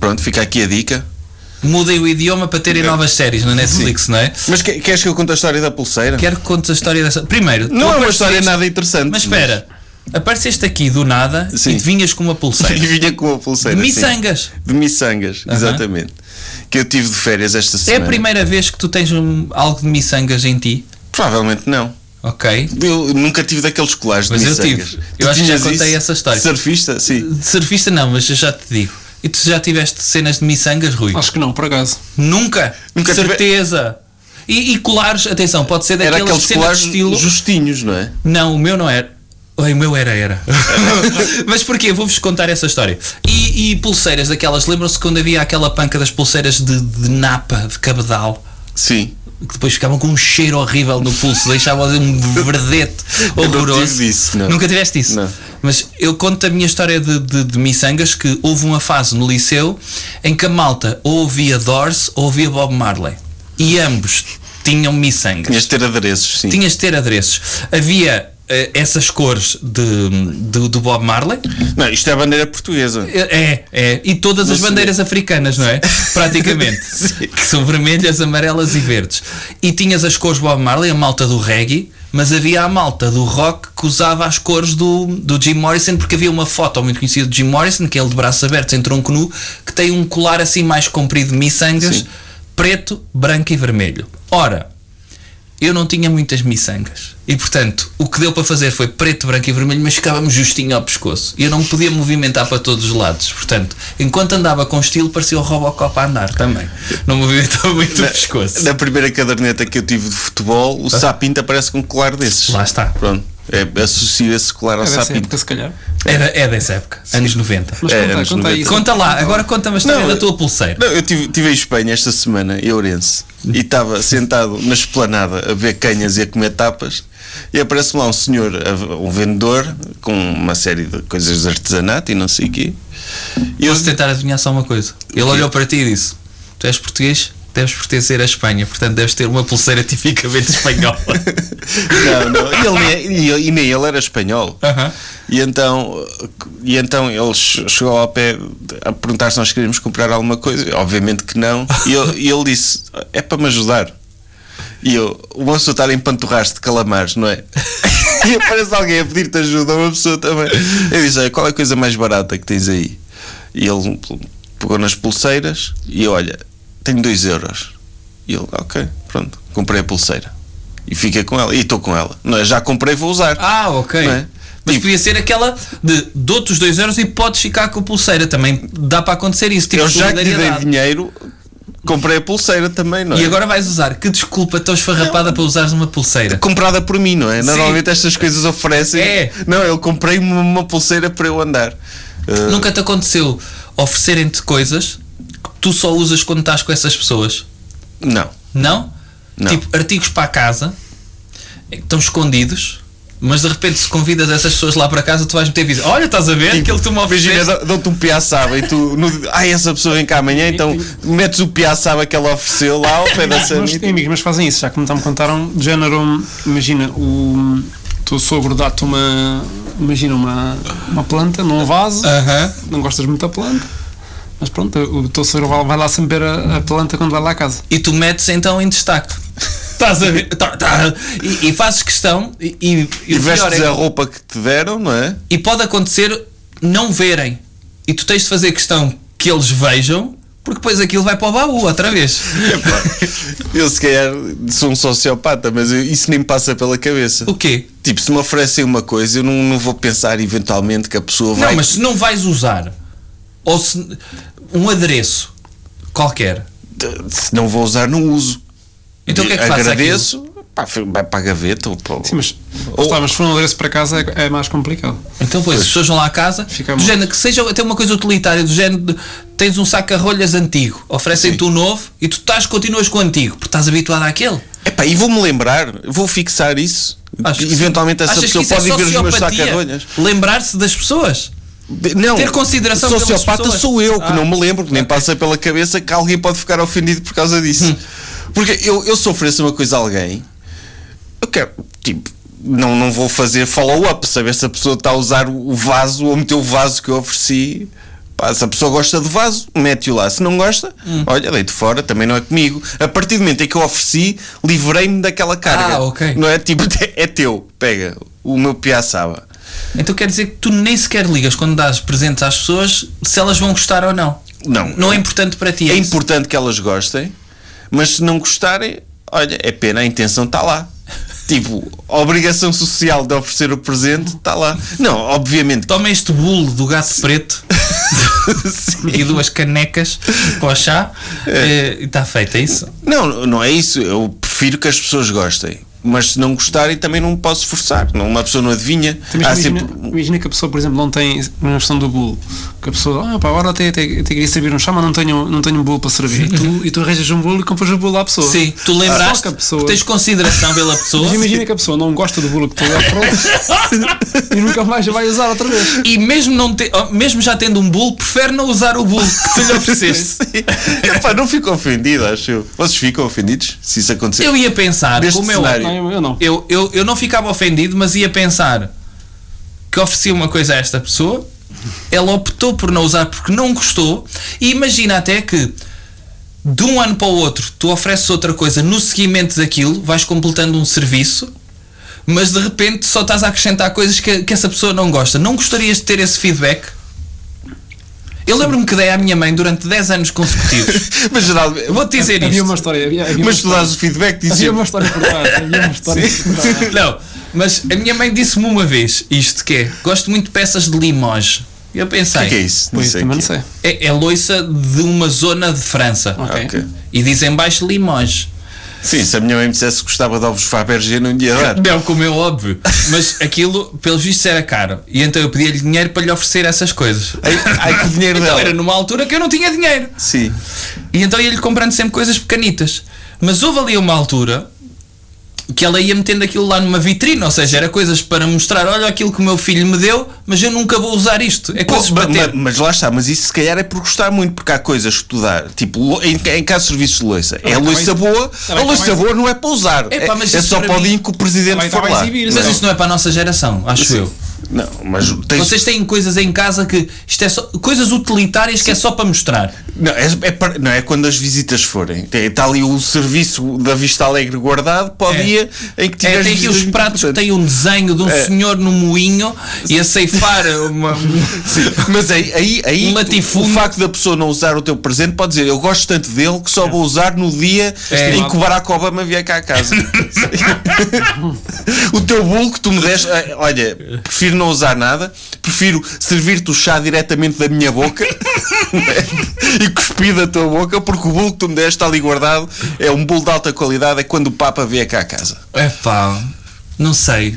Speaker 2: Pronto, fica aqui a dica.
Speaker 1: Mudem o idioma para terem novas séries na Netflix, não é?
Speaker 2: Mas que- queres que eu conte a história da pulseira?
Speaker 1: Quero que é contes a história dessa. Primeiro, tu
Speaker 2: Não é uma
Speaker 1: apareceste-
Speaker 2: história nada interessante.
Speaker 1: Mas espera, apareceste aqui do nada
Speaker 2: Sim.
Speaker 1: e te vinhas com uma
Speaker 2: E
Speaker 1: pulseira.
Speaker 2: vinha com a pulseira. sim.
Speaker 1: Missangas.
Speaker 2: De miçangas, exatamente. Que eu tive de férias esta
Speaker 1: É a
Speaker 2: semana.
Speaker 1: primeira vez que tu tens um- algo de miçangas em ti.
Speaker 2: Provavelmente não.
Speaker 1: Ok.
Speaker 2: Eu nunca tive daqueles colares de
Speaker 1: Mas eu
Speaker 2: miçangas.
Speaker 1: tive.
Speaker 2: Tu
Speaker 1: Eu acho que já
Speaker 2: tinhas
Speaker 1: contei
Speaker 2: isso?
Speaker 1: essa história.
Speaker 2: Surfista, sim.
Speaker 1: De surfista não, mas eu já te digo. E tu já tiveste cenas de miçangas, Rui?
Speaker 4: Acho que não, por acaso.
Speaker 1: Nunca.
Speaker 2: Nunca tive-
Speaker 1: Certeza. E, e colares, atenção, pode ser
Speaker 2: Era
Speaker 1: daqueles
Speaker 2: aqueles
Speaker 1: cenas
Speaker 2: colares
Speaker 1: de estilo.
Speaker 2: justinhos, não é?
Speaker 1: Não, o meu não era. Oi, o meu era, era. Mas porquê? Vou-vos contar essa história. E, e pulseiras daquelas, lembram-se quando havia aquela panca das pulseiras de, de napa, de cabedal?
Speaker 2: Sim.
Speaker 1: Que depois ficavam com um cheiro horrível no pulso, deixavam ali um verdete
Speaker 2: Eu não
Speaker 1: horroroso.
Speaker 2: tive isso, não.
Speaker 1: Nunca tiveste isso.
Speaker 2: Não.
Speaker 1: Mas eu conto a minha história de, de, de miçangas que houve uma fase no liceu em que a malta ou ouvia Doors ou ouvia Bob Marley. E ambos tinham miçangas.
Speaker 2: Tinhas de ter adereços, sim.
Speaker 1: Tinhas de ter adereços. Havia eh, essas cores de, de- do Bob Marley.
Speaker 2: Não, isto é a bandeira portuguesa.
Speaker 1: É, é. E todas as
Speaker 2: Não
Speaker 1: bandeiras africanas, não é? Praticamente. que são vermelhas, amarelas e verdes. E tinhas as cores Bob Marley, a malta do reggae, mas havia a malta do rock que usava as cores do, do Jim Morrison, porque havia uma foto muito conhecida de Jim Morrison, que é ele de braços abertos em tronco nu, que tem um colar assim mais comprido de miçangas,
Speaker 2: Sim.
Speaker 1: preto, branco e vermelho. Ora, eu não tinha muitas miçangas. E portanto, o que deu para fazer foi preto, branco e vermelho, mas ficava-me justinho ao pescoço. E eu não podia movimentar para todos os lados. Portanto, enquanto andava com estilo, parecia o Robocop a andar também. Não movimentava muito o pescoço. Ah.
Speaker 2: Na primeira caderneta que eu tive de futebol, o Sapinto aparece com um colar desses.
Speaker 1: Lá está.
Speaker 2: Pronto. É, associa esse colar ao
Speaker 4: É dessa
Speaker 2: Sapinto.
Speaker 4: época, se calhar.
Speaker 1: É, da- é dessa época, anos 90.
Speaker 4: Mas
Speaker 2: É,
Speaker 4: conta,
Speaker 2: anos
Speaker 4: conta
Speaker 2: 90.
Speaker 4: aí.
Speaker 1: Conta lá, agora conta-me a história
Speaker 2: Não,
Speaker 1: é da
Speaker 2: eu-
Speaker 1: tua pulseira.
Speaker 2: Não, eu estive tive em Espanha esta semana, em Ourense, e estava sentado na esplanada a ver canhas e a comer tapas. E aparece lá um senhor, a- um vendedor, com uma série de coisas de artesanato e não sei o quê. E eu
Speaker 1: Posso tentar adivinhar só uma coisa? Ele olhou para ti e disse: Tu és português? deves pertencer à Espanha, portanto deves ter uma pulseira tipicamente espanhola.
Speaker 2: Não, não. Ele nem, é- e ele- e nem ele era espanhol.
Speaker 1: Aham.
Speaker 2: E, então, e então ele che- chegou ao pé a perguntar se nós queríamos comprar alguma coisa. Obviamente que não. E eu- e ele, disse: É para me ajudar. E eu, o moço está a empanturrar-se de calamares, não é? E aparece alguém a pedir-te ajuda, uma pessoa também. Eu disse: "Olha, Qual é a coisa mais barata que tens aí? E ele pegou nas pulseiras e eu, olha, tenho 2 euros. E ele, ok, pronto, comprei a pulseira. E fiquei com ela. E estou com ela. Não é? Já comprei, vou usar.
Speaker 1: Ah, ok.
Speaker 2: Não é?
Speaker 1: Mas
Speaker 2: Tipo-
Speaker 1: podia ser aquela de dou-te os 2 euros e podes ficar com a pulseira. Também dá para acontecer isso. Tipo,
Speaker 2: eu já que lhe dei
Speaker 1: solidariedade.
Speaker 2: dinheiro, comprei a pulseira também, não é?
Speaker 1: E agora vais usar. Que desculpa tão esfarrapada para usares uma pulseira.
Speaker 2: Comprada por mim, não é? Normalmente estas coisas oferecem.
Speaker 1: É.
Speaker 2: Não, eu comprei me uma pulseira para eu andar. Ah,
Speaker 1: Nunca te aconteceu oferecerem-te coisas que tu só usas quando estás com essas pessoas?
Speaker 2: não.
Speaker 1: Não?
Speaker 2: Não.
Speaker 1: Tipo, artigos para a casa é que estão escondidos. Mas de repente, se convidas essas pessoas lá para casa, tu vais meter visita. Olha, estás a ver? Aquilo que tu me
Speaker 2: Tipo, Imagina,
Speaker 1: ofereceste.
Speaker 2: dão- dão-te um piaçaba e tu. No, ah, essa pessoa vem cá amanhã, então metes o piaçaba que ela ofereceu lá ao pé da
Speaker 4: Mas
Speaker 2: sanita.
Speaker 4: tem amigos, mas fazem isso, já que me tam- contaram, de género, imagina, o teu sogro dá-te uma, imagina, uma, uma planta num vaso,
Speaker 2: É.
Speaker 1: Aham.
Speaker 4: não gostas muito da planta, mas pronto, o teu sogro vai, vai lá sempre ver a, a planta quando vai lá a casa.
Speaker 1: e tu metes então em destaque. Estás a ver? Tá, tá. E, e fazes questão e, e, e
Speaker 2: E
Speaker 1: o pior é
Speaker 2: vestes
Speaker 1: que-
Speaker 2: a roupa que te deram, não é?
Speaker 1: e pode acontecer não verem. E tu tens de fazer questão que eles vejam, porque depois aquilo vai para o baú outra vez.
Speaker 2: Eu se calhar sou um sociopata, mas eu- isso nem me passa pela cabeça.
Speaker 1: O quê?
Speaker 2: Tipo, se me oferecem uma coisa, eu não, não vou pensar eventualmente que a pessoa vai.
Speaker 1: Não, mas se não vais usar, ou se um adereço qualquer,
Speaker 2: Se não vou usar, não uso.
Speaker 1: Então o que é que faço
Speaker 2: Agradeço, pá, foi- vai para a gaveta ou para. o-
Speaker 4: Sim, mas,
Speaker 2: Ou-
Speaker 4: está, mas se for um adereço para casa é, é mais complicado.
Speaker 1: Então, pois, as pessoas vão lá à casa,
Speaker 4: Fica
Speaker 1: do
Speaker 4: mal.
Speaker 1: género, que seja até uma coisa utilitária, do género de tens um saco a rolhas antigo, oferecem-te um novo e tu estás, continuas com o antigo, porque estás habituado àquele.
Speaker 2: Epá, e vou-me lembrar, vou fixar isso.
Speaker 1: Acho que
Speaker 2: Eventualmente essa
Speaker 1: Achas
Speaker 2: pessoa
Speaker 1: que isso é
Speaker 2: pode ir ver os meus
Speaker 1: sociopatia?
Speaker 2: sacarolhas.
Speaker 1: Lembrar-se das pessoas.
Speaker 2: De- Não,
Speaker 1: Ter consideração pelas
Speaker 2: sociopata
Speaker 1: pessoas.
Speaker 2: sou eu, que
Speaker 1: Ah.
Speaker 2: não me lembro, que nem passa pela cabeça que alguém pode ficar ofendido por causa
Speaker 1: Hum.
Speaker 2: disso. Porque eu, eu se ofereço uma coisa a alguém, eu quero, tipo, não, não vou fazer follow-up, saber se a pessoa está a usar o vaso ou meter o vaso que eu ofereci. Pá, se a pessoa gosta do vaso, mete-o lá. Se não gosta,
Speaker 1: Hum.
Speaker 2: olha, deito fora, também não é comigo. A partir do momento em que eu ofereci, livrei-me daquela carga.
Speaker 1: Ah, ok.
Speaker 2: Não é tipo, é teu, pega o meu piaçaba.
Speaker 1: Então quer dizer que tu nem sequer ligas quando dás presentes às pessoas se elas vão gostar ou não.
Speaker 2: Não.
Speaker 1: Não é importante para ti.
Speaker 2: é
Speaker 1: isso?
Speaker 2: importante que elas gostem, mas se não gostarem, olha, é pena, a intenção está lá. Tipo, a obrigação social de oferecer o presente está lá. Não, obviamente que
Speaker 1: Toma este bolo do gato preto e duas canecas para o chá eh, e está feito, é isso?
Speaker 2: Não, não é isso. Eu prefiro que as pessoas gostem. Mas se não gostarem, também não posso forçar. Não, uma pessoa não adivinha.
Speaker 4: Também
Speaker 2: Há
Speaker 4: imagina,
Speaker 2: sempre.
Speaker 4: imagina que a pessoa, por exemplo, não tem na questão do bolo. Que a pessoa, ah, pá, agora até, até, até queria servir um chá, mas não tenho, não tenho um bolo para servir. E tu, e tu arranjas um bolo e compras o bolo à pessoa. Ah,
Speaker 1: Sim, tu
Speaker 4: Só
Speaker 1: lembraste
Speaker 4: que a pessoa-
Speaker 1: que tens consideração pela pessoa
Speaker 4: Mas imagina que a pessoa não gosta do bolo que tu lhe ofereces e nunca mais vai usar outra vez.
Speaker 1: e mesmo, não te- oh, mesmo já tendo um bolo, prefere não usar o bolo que tu lhe ofereceste.
Speaker 2: Epá, não fico ofendido, acho eu. Vocês ficam ofendidos se isso acontecer?
Speaker 1: Eu ia pensar,
Speaker 2: Deste
Speaker 1: como é
Speaker 2: cenário.
Speaker 1: óbvio,
Speaker 4: Não, eu, eu não.
Speaker 1: eu, eu, eu não ficava ofendido, mas ia pensar que ofereci uma coisa a esta pessoa, ela optou por não usar porque não gostou, e imagina até que de um ano para o outro tu ofereces outra coisa no seguimento daquilo, vais completando um serviço. Mas de repente só estás a acrescentar coisas que, que essa pessoa não gosta. Não gostarias de ter esse feedback? Eu lembro-me que dei à minha mãe durante 10 anos consecutivos.
Speaker 2: Mas geralmente.
Speaker 1: Eu Vou-te dizer
Speaker 4: Havia
Speaker 1: isto.
Speaker 4: uma história. Havia, havia
Speaker 2: Mas tu
Speaker 4: uma,
Speaker 2: dás o feedback
Speaker 4: havia
Speaker 2: dizendo.
Speaker 4: uma história por trás. Havia uma história por trás.
Speaker 1: Não, mas a minha mãe disse-me uma vez isto que é, gosto muito de peças de Limoges. Eu
Speaker 2: O
Speaker 1: pensei,
Speaker 2: que é que é isso?
Speaker 4: Pois,
Speaker 2: o
Speaker 4: também não
Speaker 2: que é.
Speaker 4: sei.
Speaker 1: É, é loiça de uma zona de França.
Speaker 4: Ok.
Speaker 2: Ok.
Speaker 1: E dizem baixo Limoges.
Speaker 2: Sim, se a minha mãe me dissesse que gostava de ovos Fabergé, não lhe ia dar.
Speaker 1: Não, como é óbvio. Mas aquilo, pelos vistos, era caro. E então eu pedia-lhe dinheiro para lhe oferecer essas coisas.
Speaker 2: Ai, ai, que dinheiro
Speaker 1: Então
Speaker 2: dela.
Speaker 1: era numa altura que eu não tinha dinheiro.
Speaker 2: Sim.
Speaker 1: E então ia-lhe comprando sempre coisas pequenitas. Mas houve ali uma altura que ela ia metendo aquilo lá numa vitrine, ou seja, era coisas para mostrar, olha aquilo que o meu filho me deu, mas eu nunca vou usar isto. É coisas
Speaker 2: Pô,
Speaker 1: para
Speaker 2: ma-
Speaker 1: ter.
Speaker 2: mas, lá está, mas isso se calhar é por gostar muito, porque há coisas que tu dá, tipo, lo- em, em caso de serviços de loiça,
Speaker 1: Tá
Speaker 2: é a loiça boa, a
Speaker 5: bem,
Speaker 2: loiça
Speaker 5: tá bem.
Speaker 2: boa não é para usar, é,
Speaker 1: Epá, mas
Speaker 2: é
Speaker 1: isso
Speaker 2: só
Speaker 1: para
Speaker 2: para o
Speaker 1: mim-
Speaker 2: dia em que o presidente
Speaker 5: Também tá
Speaker 2: for
Speaker 5: bem
Speaker 2: lá.
Speaker 5: exibir,
Speaker 1: Mas
Speaker 2: Não.
Speaker 1: isso não é para a nossa geração, acho eu.
Speaker 2: Não, mas tens-
Speaker 1: Vocês têm coisas em casa que isto é só coisas utilitárias que é só para mostrar.
Speaker 2: Não, é, é para- não, é quando as visitas forem. É, Está ali o serviço da Vista Alegre guardado para o
Speaker 1: É.
Speaker 2: dia em que tiveres
Speaker 1: É, tem aqui
Speaker 2: visitas
Speaker 1: os pratos que
Speaker 2: importantes.
Speaker 1: têm um desenho de um
Speaker 2: É.
Speaker 1: senhor no moinho e a ceifar uma.
Speaker 2: Mas aí, aí, aí
Speaker 1: Um
Speaker 2: tu-
Speaker 1: latifúndio.
Speaker 2: o facto da pessoa não usar o teu presente pode dizer eu gosto tanto dele que só vou usar no dia
Speaker 1: É.
Speaker 2: em que o Barack Obama vier cá a casa. o teu bolo que tu me deste, eh, olha, prefiro não usar nada, prefiro servir-te o chá diretamente da minha boca e cuspir da tua boca, porque o bolo que tu me deste está ali guardado, é um bolo de alta qualidade, é quando o Papa vier cá a casa.
Speaker 1: É pá, não sei.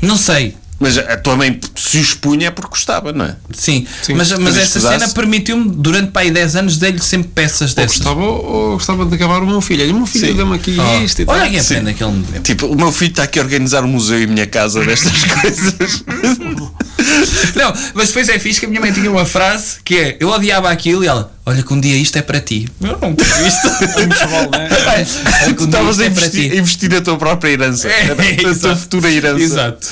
Speaker 1: Não sei.
Speaker 2: Mas a tua mãe se o expunha é porque gostava, não é?
Speaker 1: Sim, mas, mas
Speaker 2: Mas
Speaker 1: essa
Speaker 2: pedaço-
Speaker 1: cena permitiu-me, durante para aí 10 anos, dar-lhe sempre peças
Speaker 4: Ou
Speaker 1: dessas.
Speaker 4: gostava, ou gostava de acabar o meu filho. Olha, o meu filho
Speaker 2: Sim.
Speaker 4: deu-me aqui
Speaker 1: Ah,
Speaker 4: isto e tal.
Speaker 1: Olha que a pena que ele me deu.
Speaker 2: Tipo, o meu filho está aqui a organizar um museu em minha casa destas coisas.
Speaker 1: Não, mas depois é fixe que a minha mãe tinha uma frase que é: Eu odiava aquilo e ela, olha que um dia isto é para ti. Eu não quero isto.
Speaker 2: tu
Speaker 1: Olha que
Speaker 4: é?
Speaker 1: um dia
Speaker 2: Tipo, estavas
Speaker 1: isto
Speaker 2: a
Speaker 1: é para
Speaker 2: investir, a
Speaker 1: ti.
Speaker 2: investir na tua própria herança,
Speaker 1: É,
Speaker 2: na tua
Speaker 1: exato.
Speaker 2: futura herança.
Speaker 1: Exato.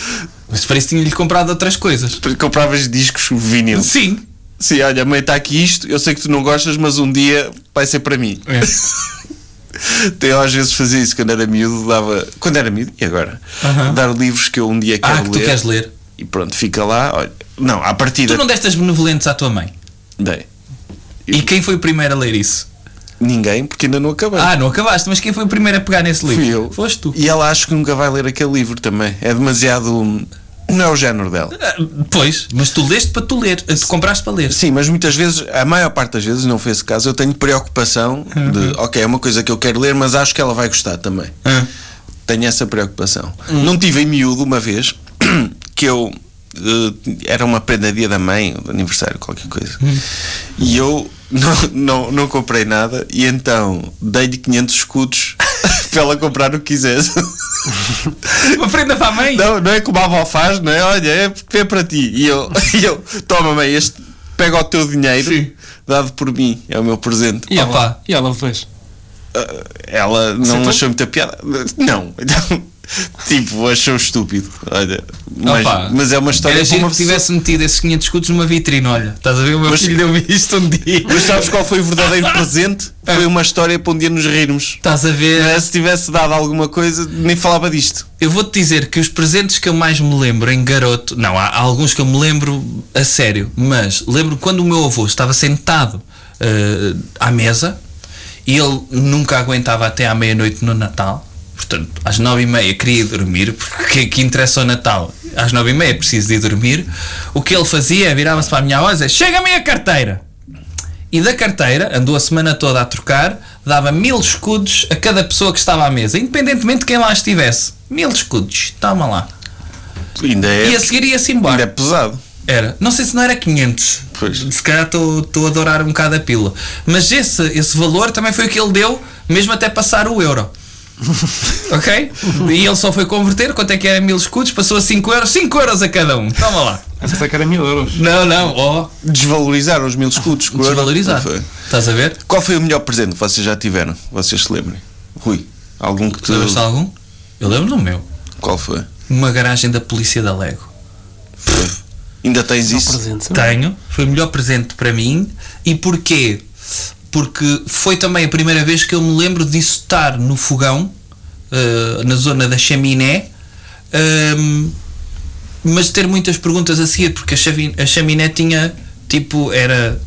Speaker 1: Mas parece que tinha-lhe comprado outras coisas.
Speaker 2: Compravas discos vinil. Sim.
Speaker 1: Sim.
Speaker 2: olha, mãe, está aqui isto. Eu sei que tu não gostas, mas um dia vai ser para mim. Então,
Speaker 1: É.
Speaker 2: Eu às vezes fazia isso quando era miúdo. Dava, quando era miúdo, e agora?
Speaker 1: Aham.
Speaker 2: Dar livros que eu um dia quero
Speaker 1: Ah, que
Speaker 2: ler.
Speaker 1: tu queres ler.
Speaker 2: E pronto, fica lá. Olha, não, à
Speaker 1: Tu
Speaker 2: partida.
Speaker 1: não destas benevolentes à tua mãe.
Speaker 2: Dei.
Speaker 1: E quem foi o primeiro a ler isso?
Speaker 2: Ninguém, porque ainda não acabei.
Speaker 1: Ah, não acabaste, mas quem foi o primeiro a pegar nesse livro?
Speaker 2: Fui eu.
Speaker 1: Foste tu.
Speaker 2: E ela acho que nunca vai ler aquele livro também. É demasiado. Não é o género dela.
Speaker 1: Ah, Pois, mas tu leste para tu ler, tu compraste para ler.
Speaker 2: Sim, mas muitas vezes, a maior parte das vezes, não foi esse caso, eu tenho preocupação de, ok, é uma coisa que eu quero ler, mas acho que ela vai gostar também.
Speaker 1: Ah.
Speaker 2: Tenho essa preocupação.
Speaker 1: Hum.
Speaker 2: Não tive em miúdo uma vez que eu. eh, era uma prenda dia da mãe, ou de aniversário, qualquer coisa.
Speaker 1: Hum.
Speaker 2: E eu não, não, não comprei nada e então dei-lhe 500 escudos para ela comprar o que quisesse.
Speaker 1: Uma prenda para a mãe?
Speaker 2: Não, não é como a avó faz, não é? Olha, é, é para ti. E eu, e eu toma, mãe, este pega o teu dinheiro
Speaker 1: Sim.
Speaker 2: dado por mim, é o meu presente. Ah,
Speaker 4: E ela,
Speaker 1: Opa.
Speaker 4: e ela depois?
Speaker 2: Ela não
Speaker 1: então-
Speaker 4: Aceitou?
Speaker 2: achou muita piada. Não, Então, tipo, achou estúpido. Olha, mas,
Speaker 1: Opa,
Speaker 2: mas é uma história
Speaker 1: Era
Speaker 2: para
Speaker 1: giro
Speaker 2: uma
Speaker 1: que
Speaker 2: pessoa-
Speaker 1: tivesse metido esses 500 escudos numa vitrine, olha. Estás a ver? O meu
Speaker 2: Mas-
Speaker 1: filho deu-me isto um dia. Ah.
Speaker 2: Mas sabes qual foi o verdadeiro presente? Foi uma história para um dia nos rirmos. é?
Speaker 1: Estás a ver?
Speaker 2: Se tivesse dado alguma coisa, nem falava disto.
Speaker 1: Eu vou-te dizer que os presentes que eu mais me lembro em garoto, não, há, há alguns que eu me lembro a sério, mas lembro quando o meu avô estava sentado eh, à mesa e ele nunca aguentava até à meia-noite no Natal. Portanto, às nove e meia queria ir dormir, porque que interessa o Natal? Às nove e meia é preciso de ir dormir. O que ele fazia é virava-se para a minha avó e dizia, chega-me a carteira! E da carteira, andou a semana toda a trocar, dava mil escudos a cada pessoa que estava à mesa, independentemente de quem lá estivesse. Mil escudos, toma lá.
Speaker 2: Ainda é,
Speaker 1: E a seguir ia-se
Speaker 2: ainda é
Speaker 1: embora.
Speaker 2: pesado.
Speaker 1: Era. Não sei se não era 500.
Speaker 2: Pois.
Speaker 1: Se calhar estou estou a adorar um bocado a pila. Mas esse, esse valor também foi o que ele deu, mesmo até passar o euro. ok? E ele só foi converter, quanto é que era mil escudos, passou a 5 euros, 5 euros a cada um. Toma lá.
Speaker 4: Essa que era mil euros.
Speaker 1: Não, não, ó,
Speaker 2: Desvalorizar os mil escudos. com o euro.
Speaker 1: desvalorizar.
Speaker 2: Foi.
Speaker 1: Estás a ver?
Speaker 2: Qual foi o melhor presente que vocês já tiveram? Vocês se lembrem? Rui, algum que tu.
Speaker 1: Lembras de algum? Eu lembro do meu.
Speaker 2: Qual foi?
Speaker 1: Uma garagem da polícia da Lego.
Speaker 2: Ainda tens isso?
Speaker 4: Presente.
Speaker 1: Tenho, foi o melhor presente para mim. E porquê? Porque foi também a primeira vez que eu me lembro de estar no fogão, eh, na zona da chaminé, ehm, mas ter muitas perguntas a seguir, porque a, chavi- a chaminé tinha tipo, era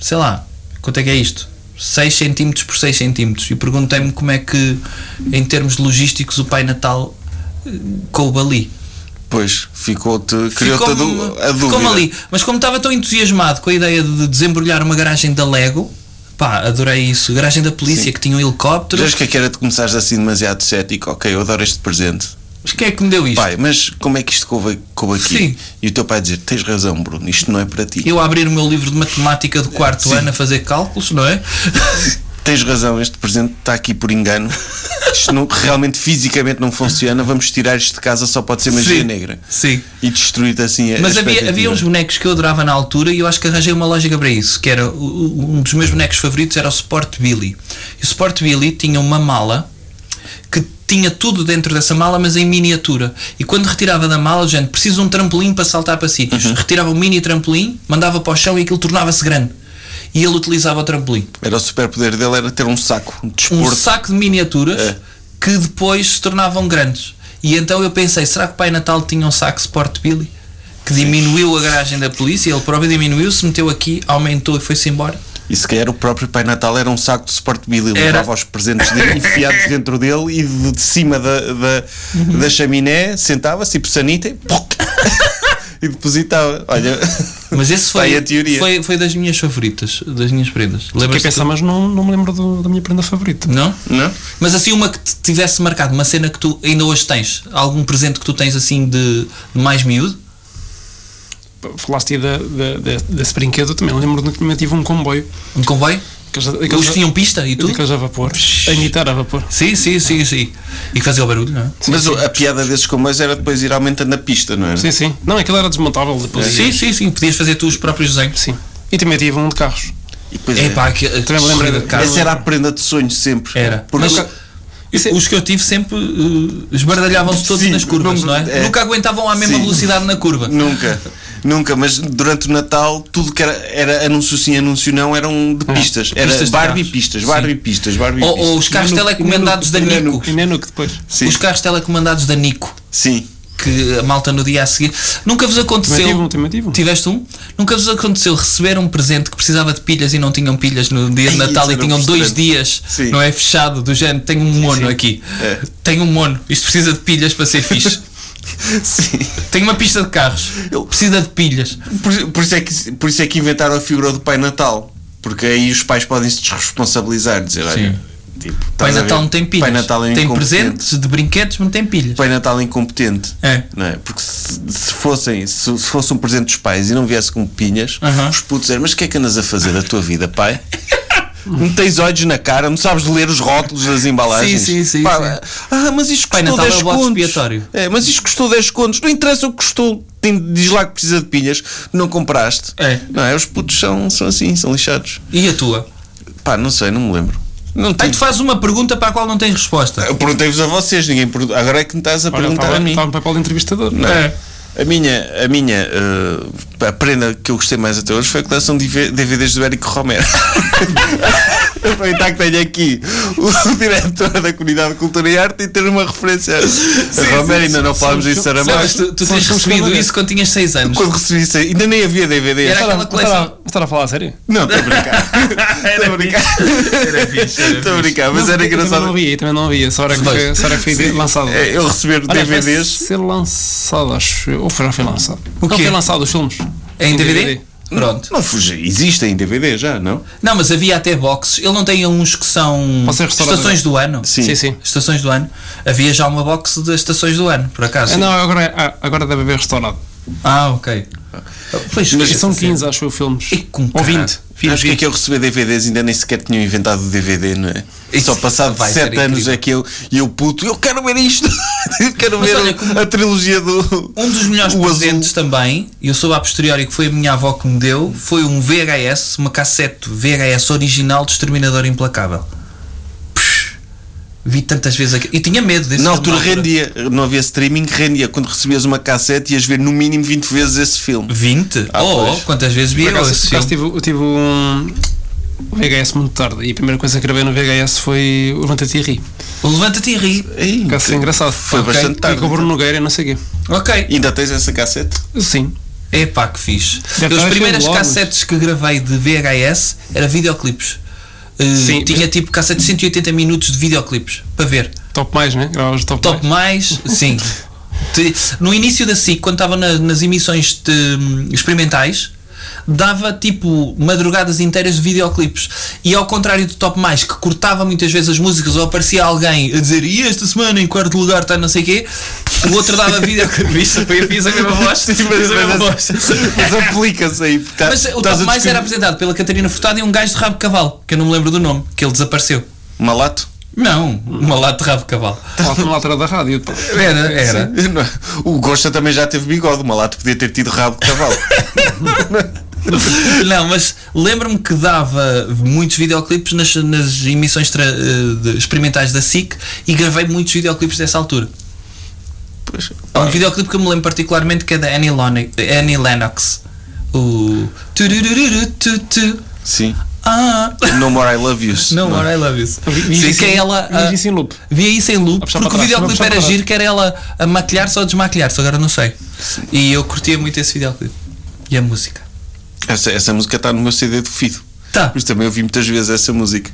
Speaker 1: sei lá, quanto é que é isto? 6 centímetros por 6 centímetros. E perguntei-me como é que, em termos logísticos, o Pai Natal eh, coube ali.
Speaker 2: Pois, ficou-te. Criou-te a,
Speaker 1: Ficou-me-
Speaker 2: du- a
Speaker 1: ficou-me
Speaker 2: dúvida.
Speaker 1: ali. Mas como estava tão entusiasmado com a ideia de desembrulhar uma garagem da Lego, pá, adorei isso. Garagem da polícia que tinha um helicóptero.
Speaker 2: Já acho que é que era de começares assim demasiado cético. Ok, eu adoro este presente.
Speaker 1: Mas quem é que me deu isto?
Speaker 2: Pai, mas como é que isto coube, coube aqui?
Speaker 1: Sim.
Speaker 2: E o teu pai dizer: Tens razão, Bruno, isto não é para ti.
Speaker 1: Eu a abrir o meu livro de matemática do quarto ano a fazer cálculos, não é?
Speaker 2: tens razão, este presente está aqui por engano. Isto não- realmente fisicamente não funciona. Vamos tirar isto de casa, só pode ser magia
Speaker 1: Sim,
Speaker 2: negra.
Speaker 1: sim.
Speaker 2: E destruir assim a
Speaker 1: Mas
Speaker 2: a
Speaker 1: havia, havia um
Speaker 2: expectativa.
Speaker 1: uns bonecos que eu adorava na altura e eu acho que arranjei uma lógica para isso, que era o- um dos meus bonecos favoritos era o Sport Billy. E o Sport Billy tinha uma mala que tinha tudo dentro dessa mala, mas em miniatura. E quando retirava da mala, gente, precisa de um trampolim para saltar para sítios.
Speaker 2: Uhum.
Speaker 1: Retirava um mini trampolim, mandava para o chão e aquilo tornava-se grande. E ele utilizava o trampolim.
Speaker 2: Era o superpoder dele, era ter um saco, um
Speaker 1: Um
Speaker 2: desporto.
Speaker 1: saco de miniaturas
Speaker 2: É.
Speaker 1: que depois se tornavam grandes. E então eu pensei, será que o Pai Natal tinha um saco Sport Billy? Que diminuiu a garagem da polícia, ele próprio diminuiu, se meteu aqui, aumentou e foi-se embora.
Speaker 2: E se calhar o próprio Pai Natal era um saco de Sport Billy,
Speaker 1: Era.
Speaker 2: levava os presentes dele enfiados dentro dele e de, de cima da, da,
Speaker 1: Uhum.
Speaker 2: da chaminé sentava-se, tipo sanita, e, poc, e depositava. Olha,
Speaker 1: Mas esse
Speaker 2: está
Speaker 1: foi,
Speaker 2: Tá aí a teoria.
Speaker 1: foi, foi das minhas favoritas, das minhas prendas.
Speaker 4: Fiquei a
Speaker 1: Lembras-te?
Speaker 4: pensar, mas não, não me lembro do- da minha prenda favorita.
Speaker 1: Não?
Speaker 2: Não?
Speaker 1: Mas assim, uma que te tivesse marcado, uma cena que tu ainda hoje tens, algum presente que tu tens assim de, de mais miúdo?
Speaker 4: Falaste aí da, da, da- desse brinquedo também. Lembro-me que eu tive um comboio.
Speaker 1: Um comboio?
Speaker 4: Aqueles,
Speaker 1: Aqueles que
Speaker 4: aqueles,
Speaker 1: tinham pista e tudo?
Speaker 4: aqueles a vapor. A imitar a vapor.
Speaker 1: Sim, sim, sim, sim. E que fazia o barulho, não é?
Speaker 2: Mas o- a piada desses comboios era depois ir aumentando a pista, não era?
Speaker 4: Sim, sim. Não, aquilo era desmontável depois.
Speaker 1: Sim, sim, sim. Podias fazer tu os próprios desenhos.
Speaker 4: Sim. E também tive um de carros.
Speaker 2: E depois
Speaker 1: É
Speaker 2: era-
Speaker 1: pá, que,
Speaker 4: Também me lembrei de-
Speaker 1: Carlos,
Speaker 2: Essa era a prenda de sonho sempre.
Speaker 1: Era.
Speaker 2: Porque
Speaker 1: Mas-
Speaker 4: Isso é-
Speaker 1: Os que eu tive sempre uh, esbardalhavam-se todos
Speaker 2: Sim,
Speaker 1: nas curvas, não,
Speaker 2: não-
Speaker 1: é?
Speaker 2: é.
Speaker 1: Nunca aguentavam à mesma
Speaker 2: Sim.
Speaker 1: velocidade na curva.
Speaker 2: Nunca, nunca, mas durante o Natal tudo que era, era anúncio sim, anúncio não eram de pistas. Era
Speaker 1: Ah, Pistas de
Speaker 2: Barbie
Speaker 1: carros.
Speaker 2: pistas,
Speaker 1: Sim.
Speaker 2: Barbie pistas, Barbie
Speaker 1: Ou,
Speaker 2: pistas.
Speaker 1: ou os carros telecomandados da
Speaker 4: E nem
Speaker 1: Nico.
Speaker 4: no- E nem no que depois.
Speaker 2: Sim.
Speaker 1: Os carros telecomandados da Nico.
Speaker 2: Sim.
Speaker 1: Que a malta no dia a seguir. Nunca vos
Speaker 4: Também tive um,
Speaker 1: aconteceu.
Speaker 4: também tive um.
Speaker 1: Tiveste um? Nunca vos aconteceu receber um presente que precisava de pilhas e não tinham pilhas no dia de
Speaker 2: Ai,
Speaker 1: Natal
Speaker 2: isso
Speaker 1: e
Speaker 2: era
Speaker 1: tinham dois
Speaker 2: frustrante.
Speaker 1: dias,
Speaker 2: Sim.
Speaker 1: não é? Fechado, do género, tenho um mono aqui.
Speaker 2: É.
Speaker 1: Tenho um mono. Isto precisa de pilhas para ser fixe.
Speaker 2: Sim.
Speaker 1: Tenho uma pista de carros.
Speaker 2: Eu-
Speaker 1: Precisa de pilhas.
Speaker 2: Por, por isso é que, por isso é que inventaram a figura do Pai Natal. Porque aí os pais podem se desresponsabilizar, dizer, olha, tipo,
Speaker 1: Pai
Speaker 2: estás a ver,
Speaker 1: Natal não tem pilhas.
Speaker 2: Pai Natal é
Speaker 1: tem
Speaker 2: incompetente.
Speaker 1: presentes de brinquedos, mas não tem pilhas.
Speaker 2: Pai Natal é incompetente.
Speaker 1: É.
Speaker 2: Não é? Porque se, se fossem, se, se fosse um presente dos pais e não viesse com pinhas,
Speaker 1: Aham.
Speaker 2: os putos eram, mas o que é que andas a fazer da tua vida, pai? Não tens olhos na cara, não sabes ler os rótulos das embalagens.
Speaker 1: Sim, sim, sim, sim.
Speaker 2: Ah, mas isto
Speaker 1: Pai
Speaker 2: custou
Speaker 1: Natal é
Speaker 2: 10
Speaker 1: o bode
Speaker 2: contos.
Speaker 1: expiatório.
Speaker 2: É, mas isto custou 10 contos. Não interessa o que custou. Tem, diz lá que precisa de pinhas, não compraste.
Speaker 1: É.
Speaker 2: Não é? Os putos são, são assim, são lixados.
Speaker 1: E a tua?
Speaker 2: Pá, não sei, não me lembro. Não
Speaker 1: Aí
Speaker 2: tenho.
Speaker 1: tu fazes uma pergunta para a qual não tens resposta.
Speaker 2: Eu perguntei-vos a vocês, ninguém perguntou. Agora é que me estás a
Speaker 4: Olha,
Speaker 2: perguntar
Speaker 4: estava,
Speaker 2: a mim.
Speaker 4: estava no papel de entrevistador. é?
Speaker 2: Não. é?
Speaker 1: É.
Speaker 2: A minha, a minha eh, a prenda que eu gostei mais até hoje foi a coleção de DV- DVDs do Érico Romero. Aproveitar que tenho aqui o diretor da Comunidade de Cultura e Arte e ter uma referência a Romero. Ainda não falámos disso,
Speaker 1: Não,
Speaker 2: Saramago.
Speaker 1: mas tu, tu
Speaker 4: são
Speaker 1: tens
Speaker 4: os filmes
Speaker 1: recebido
Speaker 4: que
Speaker 1: isso quando tinhas 6 anos.
Speaker 2: Quando recebi isso, ainda nem havia DVD.
Speaker 1: Era aquela
Speaker 4: Mas estava-
Speaker 1: coleção.
Speaker 4: mas estava a falar a sério?
Speaker 2: Não, estou a brincar. Estou a brincar.
Speaker 1: É
Speaker 2: Estou a brincar, mas
Speaker 4: Não,
Speaker 2: era
Speaker 4: eu Também não
Speaker 2: engraçado.
Speaker 4: havia, também não havia. Só era que foi, só era que foi lançado.
Speaker 2: É, Eu receber
Speaker 4: Aliás, vai
Speaker 2: DVDs.
Speaker 4: ser lançado, acho eu. Ou foi, já foi lançado.
Speaker 1: O
Speaker 4: Não
Speaker 1: quê?
Speaker 4: foi lançado os filmes.
Speaker 1: Em DVD? Pronto.
Speaker 2: Não fuja, existem DVD já, não?
Speaker 1: Não, mas havia até boxes. Ele não tem uns que são
Speaker 4: Pode ser restaurado.
Speaker 1: estações do ano.
Speaker 2: Sim.
Speaker 4: Sim, sim.
Speaker 1: Estações do ano. Havia já uma box das estações do ano, por acaso.
Speaker 4: Ah, não, agora, é- ah, agora deve haver restaurado.
Speaker 1: Ah, ok. Pois,
Speaker 4: Mas são
Speaker 1: esquece.
Speaker 4: 15, acho eu, filmes.
Speaker 1: E com
Speaker 4: Ou
Speaker 1: caralho.
Speaker 4: 20.
Speaker 2: Acho que é que eu receber DVDs ainda nem sequer tinham inventado o DVD, não é?
Speaker 1: Isso
Speaker 2: Só passado
Speaker 1: vai ser
Speaker 2: 7 anos
Speaker 1: incrível.
Speaker 2: é que eu, e eu puto, eu quero ver isto, Eu quero
Speaker 1: Mas
Speaker 2: ver
Speaker 1: olha, como-
Speaker 2: a trilogia do.
Speaker 1: Um dos melhores
Speaker 2: o azul.
Speaker 1: presentes também, e eu soube a posteriori que foi a minha avó que me deu, foi um VHS, uma cassete VHS original do Exterminador Implacável. Psh, vi tantas vezes aqui. E tinha medo desse
Speaker 2: Na
Speaker 1: filme
Speaker 2: altura rendia, não havia streaming, rendia. Quando recebias uma cassete, ias ver no mínimo 20 vezes esse filme.
Speaker 1: 20?
Speaker 2: Ah,
Speaker 1: oh,
Speaker 2: pois.
Speaker 1: quantas vezes vi
Speaker 4: Por
Speaker 1: eu
Speaker 4: acaso,
Speaker 1: esse
Speaker 4: por acaso
Speaker 1: filme?
Speaker 4: tive, eu tive um VHS muito tarde e a primeira coisa que gravei no VHS foi o Levanta-te e Ri.
Speaker 2: tipo-
Speaker 1: Levanta-te e ri.
Speaker 2: Ei,
Speaker 4: Que assim, engraçado.
Speaker 2: Foi
Speaker 4: Ok,
Speaker 2: bastante
Speaker 4: E com o
Speaker 2: tarde. então.
Speaker 4: Bruno Nogueira e não sei o quê.
Speaker 1: Ok.
Speaker 2: Ainda tens essa cassete?
Speaker 4: Sim.
Speaker 1: É pá, que fixe.
Speaker 2: Então
Speaker 4: Deve
Speaker 1: As
Speaker 4: estar a
Speaker 1: primeiras
Speaker 4: cheio de logos.
Speaker 1: cassetes que gravei de VHS era videoclipes. Uh,
Speaker 4: Sim,
Speaker 1: tinha tipo cassete de 180 minutos de videoclipes para ver.
Speaker 4: Top mais, né? Gravavas o top,
Speaker 1: Top
Speaker 2: é?
Speaker 4: mais.
Speaker 1: mais, sim. Te- No início da SIC, quando estava na- nas emissões de, hum, experimentais, dava tipo madrugadas inteiras de videoclipes. E ao contrário do Top Mais, que cortava muitas vezes as músicas ou aparecia alguém a dizer e esta semana em quarto lugar está não sei o quê, o outro dava videoclipes. Isto foi, fiz a mesma voz.
Speaker 2: Sim,
Speaker 1: fiz a mesma voz.
Speaker 2: mas, mas aplica-se aí. porque tá-
Speaker 1: É Mas o
Speaker 2: estás
Speaker 1: Top
Speaker 2: a
Speaker 1: Mais era
Speaker 2: descobrir-
Speaker 1: apresentado pela Catarina Furtado e um gajo de rabo de cavalo, que eu não me lembro do nome, que ele desapareceu.
Speaker 2: Malato?
Speaker 1: Não, uma lata de rabo de cavalo.
Speaker 4: Falta uma altura da rádio. pá.
Speaker 1: Era, era.
Speaker 2: O Gosta também já teve bigode. O Malato podia ter tido rabo de cavalo.
Speaker 1: Não, mas lembro-me que dava muitos videoclipes nas, nas emissões tra- eh, de- experimentais da SIC e gravei muitos videoclipes dessa altura.
Speaker 2: Pois,
Speaker 1: Há um videoclipe que eu me lembro particularmente que é da Annie, Lone- Annie Lennox. O. Turururu, tu, tu.
Speaker 2: Sim.
Speaker 1: Ah!
Speaker 2: No More I Love Yous.
Speaker 1: Não, More I Love Yous.
Speaker 4: isso
Speaker 1: Sim, que é
Speaker 4: em-
Speaker 1: ela.
Speaker 4: vi
Speaker 1: a-
Speaker 4: isso em loop.
Speaker 1: Via isso em loop,
Speaker 4: A puxar
Speaker 1: porque o
Speaker 4: para trás, a
Speaker 1: videoclipe
Speaker 4: puxar
Speaker 1: era
Speaker 4: para trás.
Speaker 1: giro, que era ela a maquilhar-se ou a desmaquilhar-se, agora não sei. E eu curtia muito esse videoclipe. E a música.
Speaker 2: Essa, essa música está no meu CD do Fido.
Speaker 1: Tá.
Speaker 2: Mas também ouvi muitas vezes essa música.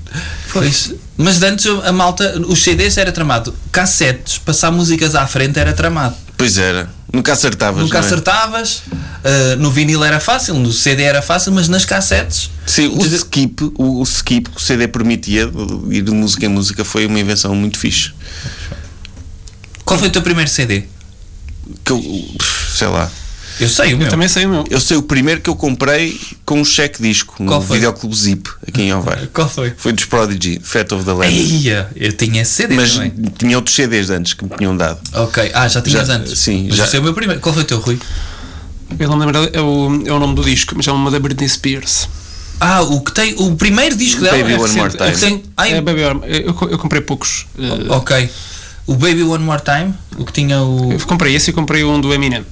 Speaker 1: Pois, mas de antes a malta, os CDs era tramado, cassetes, passar músicas à frente era tramado.
Speaker 2: Pois era. Nunca acertavas.
Speaker 1: Nunca
Speaker 2: não é?
Speaker 1: acertavas, ah, no vinil era fácil, no CD era fácil, mas nas cassetes.
Speaker 2: Sim, o
Speaker 1: Quer dizer-
Speaker 2: skip, o, o skip que o CD permitia de- ir de música em música foi uma invenção muito fixe.
Speaker 1: Qual foi o teu primeiro CD?
Speaker 2: Que eu, sei lá.
Speaker 1: Eu sei, o meu.
Speaker 4: Também sei o meu.
Speaker 2: Eu sei o primeiro que eu comprei com um cheque disco no
Speaker 1: Qual foi?
Speaker 2: videoclube Zip aqui em Ovar.
Speaker 1: Qual foi?
Speaker 2: Foi dos Prodigy, Fat of the Land.
Speaker 1: Eia, eu tinha esse CD
Speaker 2: Mas
Speaker 1: também.
Speaker 2: tinha outros CDs de antes que me tinham dado.
Speaker 1: Ok, ah, já tinhas
Speaker 2: Já-
Speaker 1: antes.
Speaker 2: sim,
Speaker 1: mas
Speaker 2: já.
Speaker 1: esse é o meu primeiro. Qual foi o teu, Rui?
Speaker 4: Eu não me lembro, é o, é o nome do disco, mas é uma da Britney Spears.
Speaker 1: Ah, o que tem. O primeiro disco dela
Speaker 2: Baby
Speaker 1: é
Speaker 2: One
Speaker 1: recente.
Speaker 2: More Time.
Speaker 1: O que tem- ai,
Speaker 4: É Baby Arm. Eu, co- eu comprei poucos. eh,
Speaker 1: ok. O Baby One More Time, o que tinha o.
Speaker 4: Eu comprei esse e comprei um do Eminem.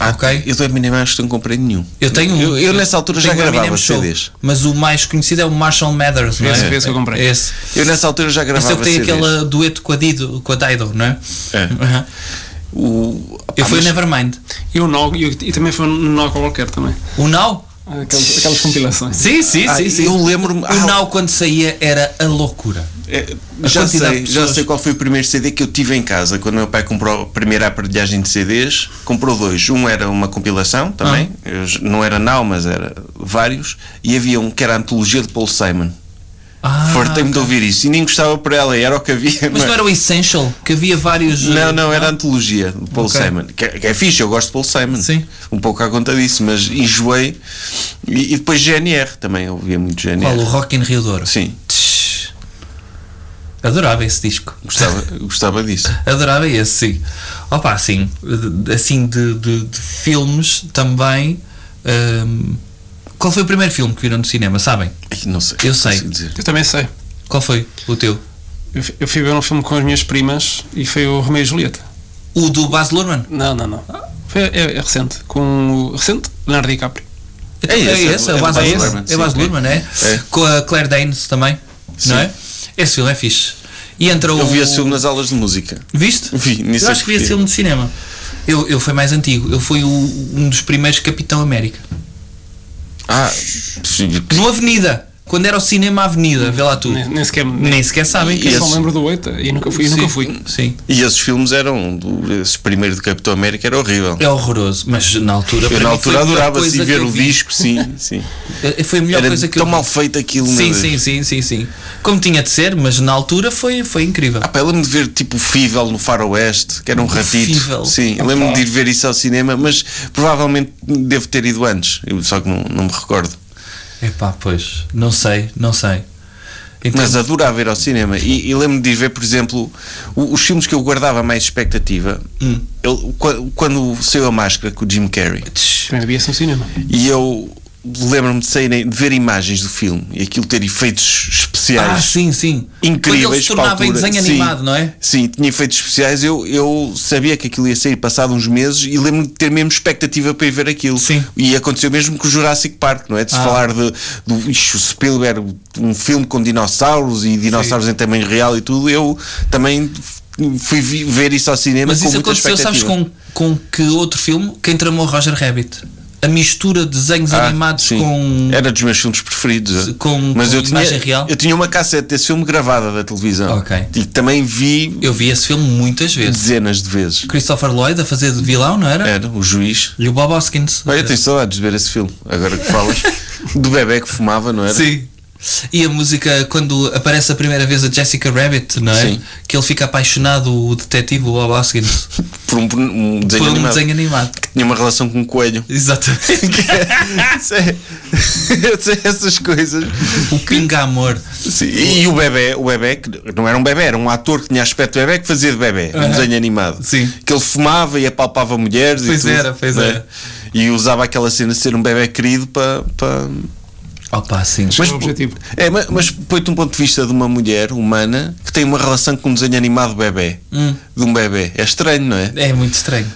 Speaker 2: Ah,
Speaker 1: ok.
Speaker 2: Eu do Eminem acho que não comprei nenhum.
Speaker 1: Eu tenho um-
Speaker 2: Eu, eu nessa altura já
Speaker 1: tenho um
Speaker 2: gravava
Speaker 1: Eminem Show,
Speaker 2: CDs.
Speaker 1: Mas o mais conhecido é o Marshall Mathers, não é?
Speaker 4: Esse- esse eu comprei.
Speaker 1: Esse.
Speaker 2: Eu nessa altura já
Speaker 1: Esse é o
Speaker 2: gravava
Speaker 1: que tem
Speaker 2: CDs.
Speaker 1: aquele dueto com a Dido, com a Dido, não é?
Speaker 2: É.
Speaker 1: Aham.
Speaker 2: O,
Speaker 1: Eu
Speaker 2: Ah,
Speaker 1: fui o
Speaker 2: mas-
Speaker 1: Nevermind.
Speaker 4: E, o Nog, e, o- e também foi um Nog qualquer também.
Speaker 1: O Now?
Speaker 4: Aquelas, aquelas compilações.
Speaker 1: Sim, sim,
Speaker 2: Ah,
Speaker 1: sim. sim.
Speaker 2: eu lembro-me-
Speaker 1: O
Speaker 2: ah,
Speaker 1: Now quando saía era a loucura.
Speaker 2: É,
Speaker 1: A
Speaker 2: já
Speaker 1: quantidade
Speaker 2: sei,
Speaker 1: de
Speaker 2: já
Speaker 1: pessoas.
Speaker 2: sei qual foi o primeiro CD que eu tive em casa. Quando meu pai comprou a primeira aparelhagem de CDs, comprou dois. Um era uma compilação também,
Speaker 1: Ah.
Speaker 2: eu j- não era Now, mas era vários. E havia um que era a antologia de Paul Simon.
Speaker 1: Ah,
Speaker 2: Fartei-me de ouvir isso e nem gostava por ela, e era o que havia. é?
Speaker 1: Mas não era o Essential, que havia vários. eh,
Speaker 2: Não, não, era a antologia de Paul
Speaker 1: Ok.
Speaker 2: Simon. Que, é- que é fixe, eu gosto de Paul Simon.
Speaker 1: Sim.
Speaker 2: Um pouco à conta disso, mas enjoei. E, e depois GNR também, eu ouvia muito GNR.
Speaker 1: eh, Qual? O Rock in Rio de Ouro.
Speaker 2: Sim,
Speaker 1: Tch. Adorava esse disco.
Speaker 2: gostava, gostava disso.
Speaker 1: Adorava esse, sim. Opa, assim, de- assim de, de- de filmes também. hum, qual foi o primeiro filme que viram no cinema, sabem?
Speaker 2: Ai, Não sei.
Speaker 1: Eu sei.
Speaker 2: não dizer.
Speaker 4: Eu também sei.
Speaker 1: Qual foi o teu?
Speaker 4: Eu, fi- eu fui ver um filme com as minhas primas e foi o Romeu e Julieta.
Speaker 1: O do Baz Luhrmann?
Speaker 4: Não, não, não. Foi, é, é recente. Com o. Recente? Leonardo DiCaprio.
Speaker 1: É
Speaker 2: esse,
Speaker 1: é esse, é o Baz Luhrmann. É o Baz
Speaker 2: sim,
Speaker 1: Luhrmann, é?
Speaker 2: É.
Speaker 1: Com a Claire Danes também, não é? Esse filme é fixe. E entra o...
Speaker 2: Eu vi esse filme nas aulas de música.
Speaker 1: Viste?
Speaker 2: Vi, nisso
Speaker 1: Eu acho que vi esse filme de cinema. Eu, eu fui mais antigo. Eu fui o- um dos primeiros Capitão América.
Speaker 2: Ah, sim.
Speaker 1: No Avenida. Quando era o cinema Avenida, vê lá tu.
Speaker 4: Nem, nem sequer. Nem,
Speaker 1: Hum. Nem sequer sabem que
Speaker 4: eu só
Speaker 1: esse-
Speaker 4: me lembro do Oita e nunca fui. E nunca
Speaker 1: Sim,
Speaker 4: fui.
Speaker 1: Sim.
Speaker 2: e esses filmes eram. do- Esse primeiro de Capitão América era horrível.
Speaker 1: É horroroso, mas na altura. para
Speaker 2: Eu na
Speaker 1: mim,
Speaker 2: altura
Speaker 1: foi a melhor
Speaker 2: adorava assim
Speaker 1: coisa que
Speaker 2: ver
Speaker 1: eu
Speaker 2: o
Speaker 1: vi.
Speaker 2: disco, sim, sim.
Speaker 1: Eh, Foi a melhor
Speaker 2: Era
Speaker 1: coisa que
Speaker 2: tão
Speaker 1: eu
Speaker 2: mal
Speaker 1: vi.
Speaker 2: feito aquilo, né? meu
Speaker 1: Sim,
Speaker 2: Deus.
Speaker 1: sim, sim, sim, sim. Como tinha de ser, mas na altura foi, foi incrível.
Speaker 2: Ah, pá, eu lembro de ver tipo o Fível no Faroeste, que era um ratito.
Speaker 1: Fível.
Speaker 2: Sim, eu lembro-me de ir ver isso ao cinema, mas provavelmente devo ter ido antes, eu- só que não, não me recordo.
Speaker 1: Epá, pois. Não sei, não sei. Então,
Speaker 2: Mas adorava ir ao cinema. E, e lembro-me de ir ver, por exemplo, o- os filmes que eu guardava mais expectativa.
Speaker 1: Hum.
Speaker 2: Ele- qua- quando saiu a máscara com o Jim Carrey,
Speaker 1: tch, Ah,
Speaker 4: Também havia esse no cinema.
Speaker 2: E eu lembro-me de, saírem- de ver imagens do filme e aquilo ter efeitos especiais
Speaker 1: Ah, sim, sim.
Speaker 2: incríveis.
Speaker 1: Quando ele se
Speaker 2: para a
Speaker 1: tornava em
Speaker 2: altura.
Speaker 1: desenho
Speaker 2: Sim,
Speaker 1: animado, não é?
Speaker 2: Sim, tinha efeitos especiais. Eu, eu sabia que aquilo ia sair passado uns meses e lembro-me de ter mesmo expectativa para ir ver aquilo.
Speaker 1: Sim.
Speaker 2: E aconteceu mesmo com o Jurassic Park, não é? De se
Speaker 1: Ah.
Speaker 2: falar de, do ixi, o Spielberg, um filme com dinossauros e dinossauros em tamanho real e tudo. Eu também fui vi- ver isso ao cinema
Speaker 1: Mas
Speaker 2: com
Speaker 1: isso
Speaker 2: muita
Speaker 1: aconteceu, sabes
Speaker 2: expectativa.
Speaker 1: com, com que outro filme? Quem tramou Roger Rabbit? a mistura de desenhos
Speaker 2: Ah,
Speaker 1: animados
Speaker 2: sim.
Speaker 1: com.
Speaker 2: Era dos meus filmes preferidos.
Speaker 1: Com- com imagem real?
Speaker 2: Eu tinha uma cassete desse filme gravada da televisão.
Speaker 1: Ok.
Speaker 2: E também vi
Speaker 1: Eu vi esse filme muitas vezes.
Speaker 2: dezenas de vezes.
Speaker 1: Christopher Lloyd a fazer de vilão, não era?
Speaker 2: Era É, o juiz.
Speaker 1: E o Bob Hoskins.
Speaker 2: Olha, tenho saudades de ver esse filme, agora que falas. Do bebê que fumava, não era?
Speaker 1: Sim. E a música, quando aparece a primeira vez a Jessica Rabbit, não é?
Speaker 2: Sim.
Speaker 1: Que ele fica apaixonado, o detetive, o Bob Hoskins,
Speaker 2: Por um, um
Speaker 1: por
Speaker 2: desenho
Speaker 1: um
Speaker 2: animado.
Speaker 1: desenho animado.
Speaker 2: Tinha uma relação com um coelho.
Speaker 1: Exatamente. é-
Speaker 2: Sei- Eu sei essas coisas.
Speaker 1: o Pinga Amor.
Speaker 2: Sim, E o bebê, o bebé, que não era um bebê, era um ator que tinha aspecto de bebê que fazia de bebê, um desenho animado.
Speaker 1: Sim.
Speaker 2: Que ele fumava e apalpava mulheres
Speaker 1: Pois
Speaker 2: e tudo,
Speaker 1: era, pois
Speaker 2: né?
Speaker 1: era.
Speaker 2: E usava aquela cena de ser um bebê querido para. para...
Speaker 1: Opa, sim.
Speaker 4: Mas, o objetivo.
Speaker 2: É, ma- mas põe-te um ponto de vista de uma mulher humana que tem uma relação com um desenho animado bebê.
Speaker 1: Hum.
Speaker 2: De um bebê. É estranho, não é?
Speaker 1: É muito estranho.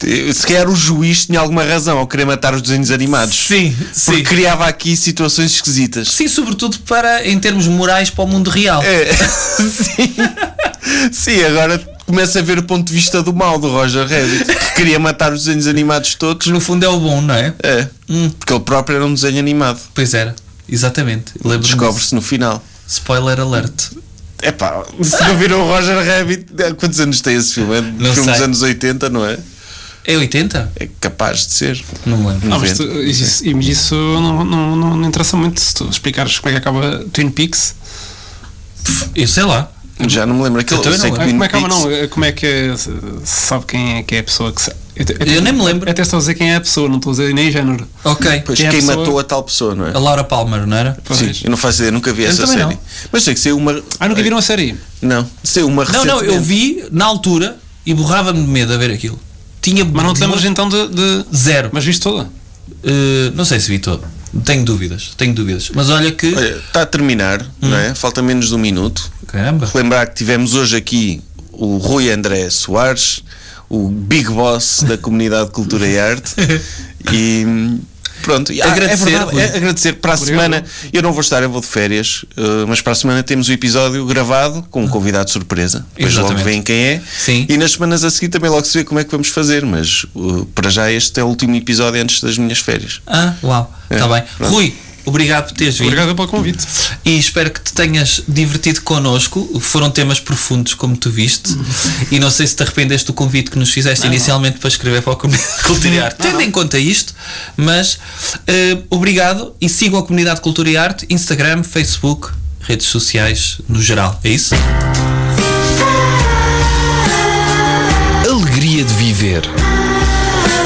Speaker 2: Se calhar o juiz tinha alguma razão ao querer matar os desenhos animados.
Speaker 1: Sim,
Speaker 2: Porque
Speaker 1: sim.
Speaker 2: criava aqui situações esquisitas.
Speaker 1: Sim, sobretudo para, em termos morais, para o mundo real.
Speaker 2: É, sim. Sim, agora começa a ver o ponto de vista do mal do Roger Rabbit, que queria matar os desenhos animados todos.
Speaker 1: Que no fundo é o bom, não é?
Speaker 2: É, porque ele próprio era um desenho animado.
Speaker 1: Pois era. Exatamente. Lembro-me disso.
Speaker 2: Descobre-se no final.
Speaker 1: Spoiler alert.
Speaker 2: Epá, se não viram o Roger Rabbit, há quantos anos tem esse filme? É
Speaker 1: Não
Speaker 2: filme dos
Speaker 1: sei.
Speaker 2: anos 80, não é?
Speaker 1: É 80?
Speaker 2: É capaz de ser.
Speaker 1: Não me lembro.
Speaker 4: Ah, mas tu,
Speaker 2: 90.
Speaker 4: isso, e- mas isso não, não, não, não interessa muito se tu explicares como é que acaba Twin Peaks.
Speaker 1: Ah, Eu sei lá.
Speaker 2: Já não me lembro. Aquilo,
Speaker 1: Eu também
Speaker 2: eu sei
Speaker 1: não
Speaker 4: Ah,
Speaker 2: que
Speaker 4: Como é que
Speaker 2: Twin
Speaker 4: acaba
Speaker 2: Peaks-
Speaker 4: não? eh, Como é que se se sabe quem é que é a pessoa que se, eu, te-
Speaker 1: Eu nem me lembro.
Speaker 4: Até estou a dizer quem é a pessoa, não estou a dizer nem género.
Speaker 1: Ok.
Speaker 2: Pois
Speaker 4: Quem é a
Speaker 2: quem
Speaker 4: pessoa?
Speaker 2: matou a tal pessoa, não é?
Speaker 1: A Laura Palmer, não era?
Speaker 4: Pois.
Speaker 2: Sim, eu não faço ideia, nunca vi
Speaker 1: Eu
Speaker 2: essa
Speaker 1: também
Speaker 2: série.
Speaker 1: não.
Speaker 2: Mas sei que saiu uma.
Speaker 4: Ah, nunca viram a série?
Speaker 2: Não, saiu uma
Speaker 1: Não, não, eu
Speaker 2: recentemente.
Speaker 1: vi na altura e borrava-me de medo a ver aquilo. Tinha
Speaker 4: Mas não te lembras
Speaker 1: muito-
Speaker 4: então de. de-
Speaker 1: Zero.
Speaker 4: Mas viste toda?
Speaker 1: Uh, não sei se vi todo. Tenho dúvidas, tenho dúvidas. Mas olha que.
Speaker 2: Olha, está a terminar,
Speaker 1: Hum.
Speaker 2: não é? Falta menos de um minuto.
Speaker 1: Caramba.
Speaker 2: Relembrar que tivemos hoje aqui o Rui André Soares, o Big Boss da Comunidade de Cultura e Arte. E pronto, e, ah,
Speaker 1: Agradecer,
Speaker 2: é verdade,
Speaker 1: Rui.
Speaker 2: é agradecer para a semana. Eu não vou estar, eu vou de férias, eh, mas para a semana temos o episódio gravado com um convidado de surpresa. Depois logo
Speaker 1: Exatamente.
Speaker 2: veem quem é.
Speaker 1: Sim.
Speaker 2: E nas semanas a seguir também logo se vê como é que vamos fazer. Mas eh, para já este é o último episódio antes das minhas férias.
Speaker 1: Ah, uau.
Speaker 4: É.
Speaker 1: Está bem. Rui, obrigado por teres vindo.
Speaker 4: Obrigado pelo convite.
Speaker 1: E espero que te tenhas divertido connosco. Foram temas profundos, como tu viste. E não sei se te arrependeste do convite que nos fizeste inicialmente para escrever para a Comunidade de Cultura e Arte. Tendo em conta isto, mas eh, obrigado e sigam a Comunidade de Cultura e Arte, Instagram, Facebook, redes sociais no geral. É isso?
Speaker 6: Alegria de viver.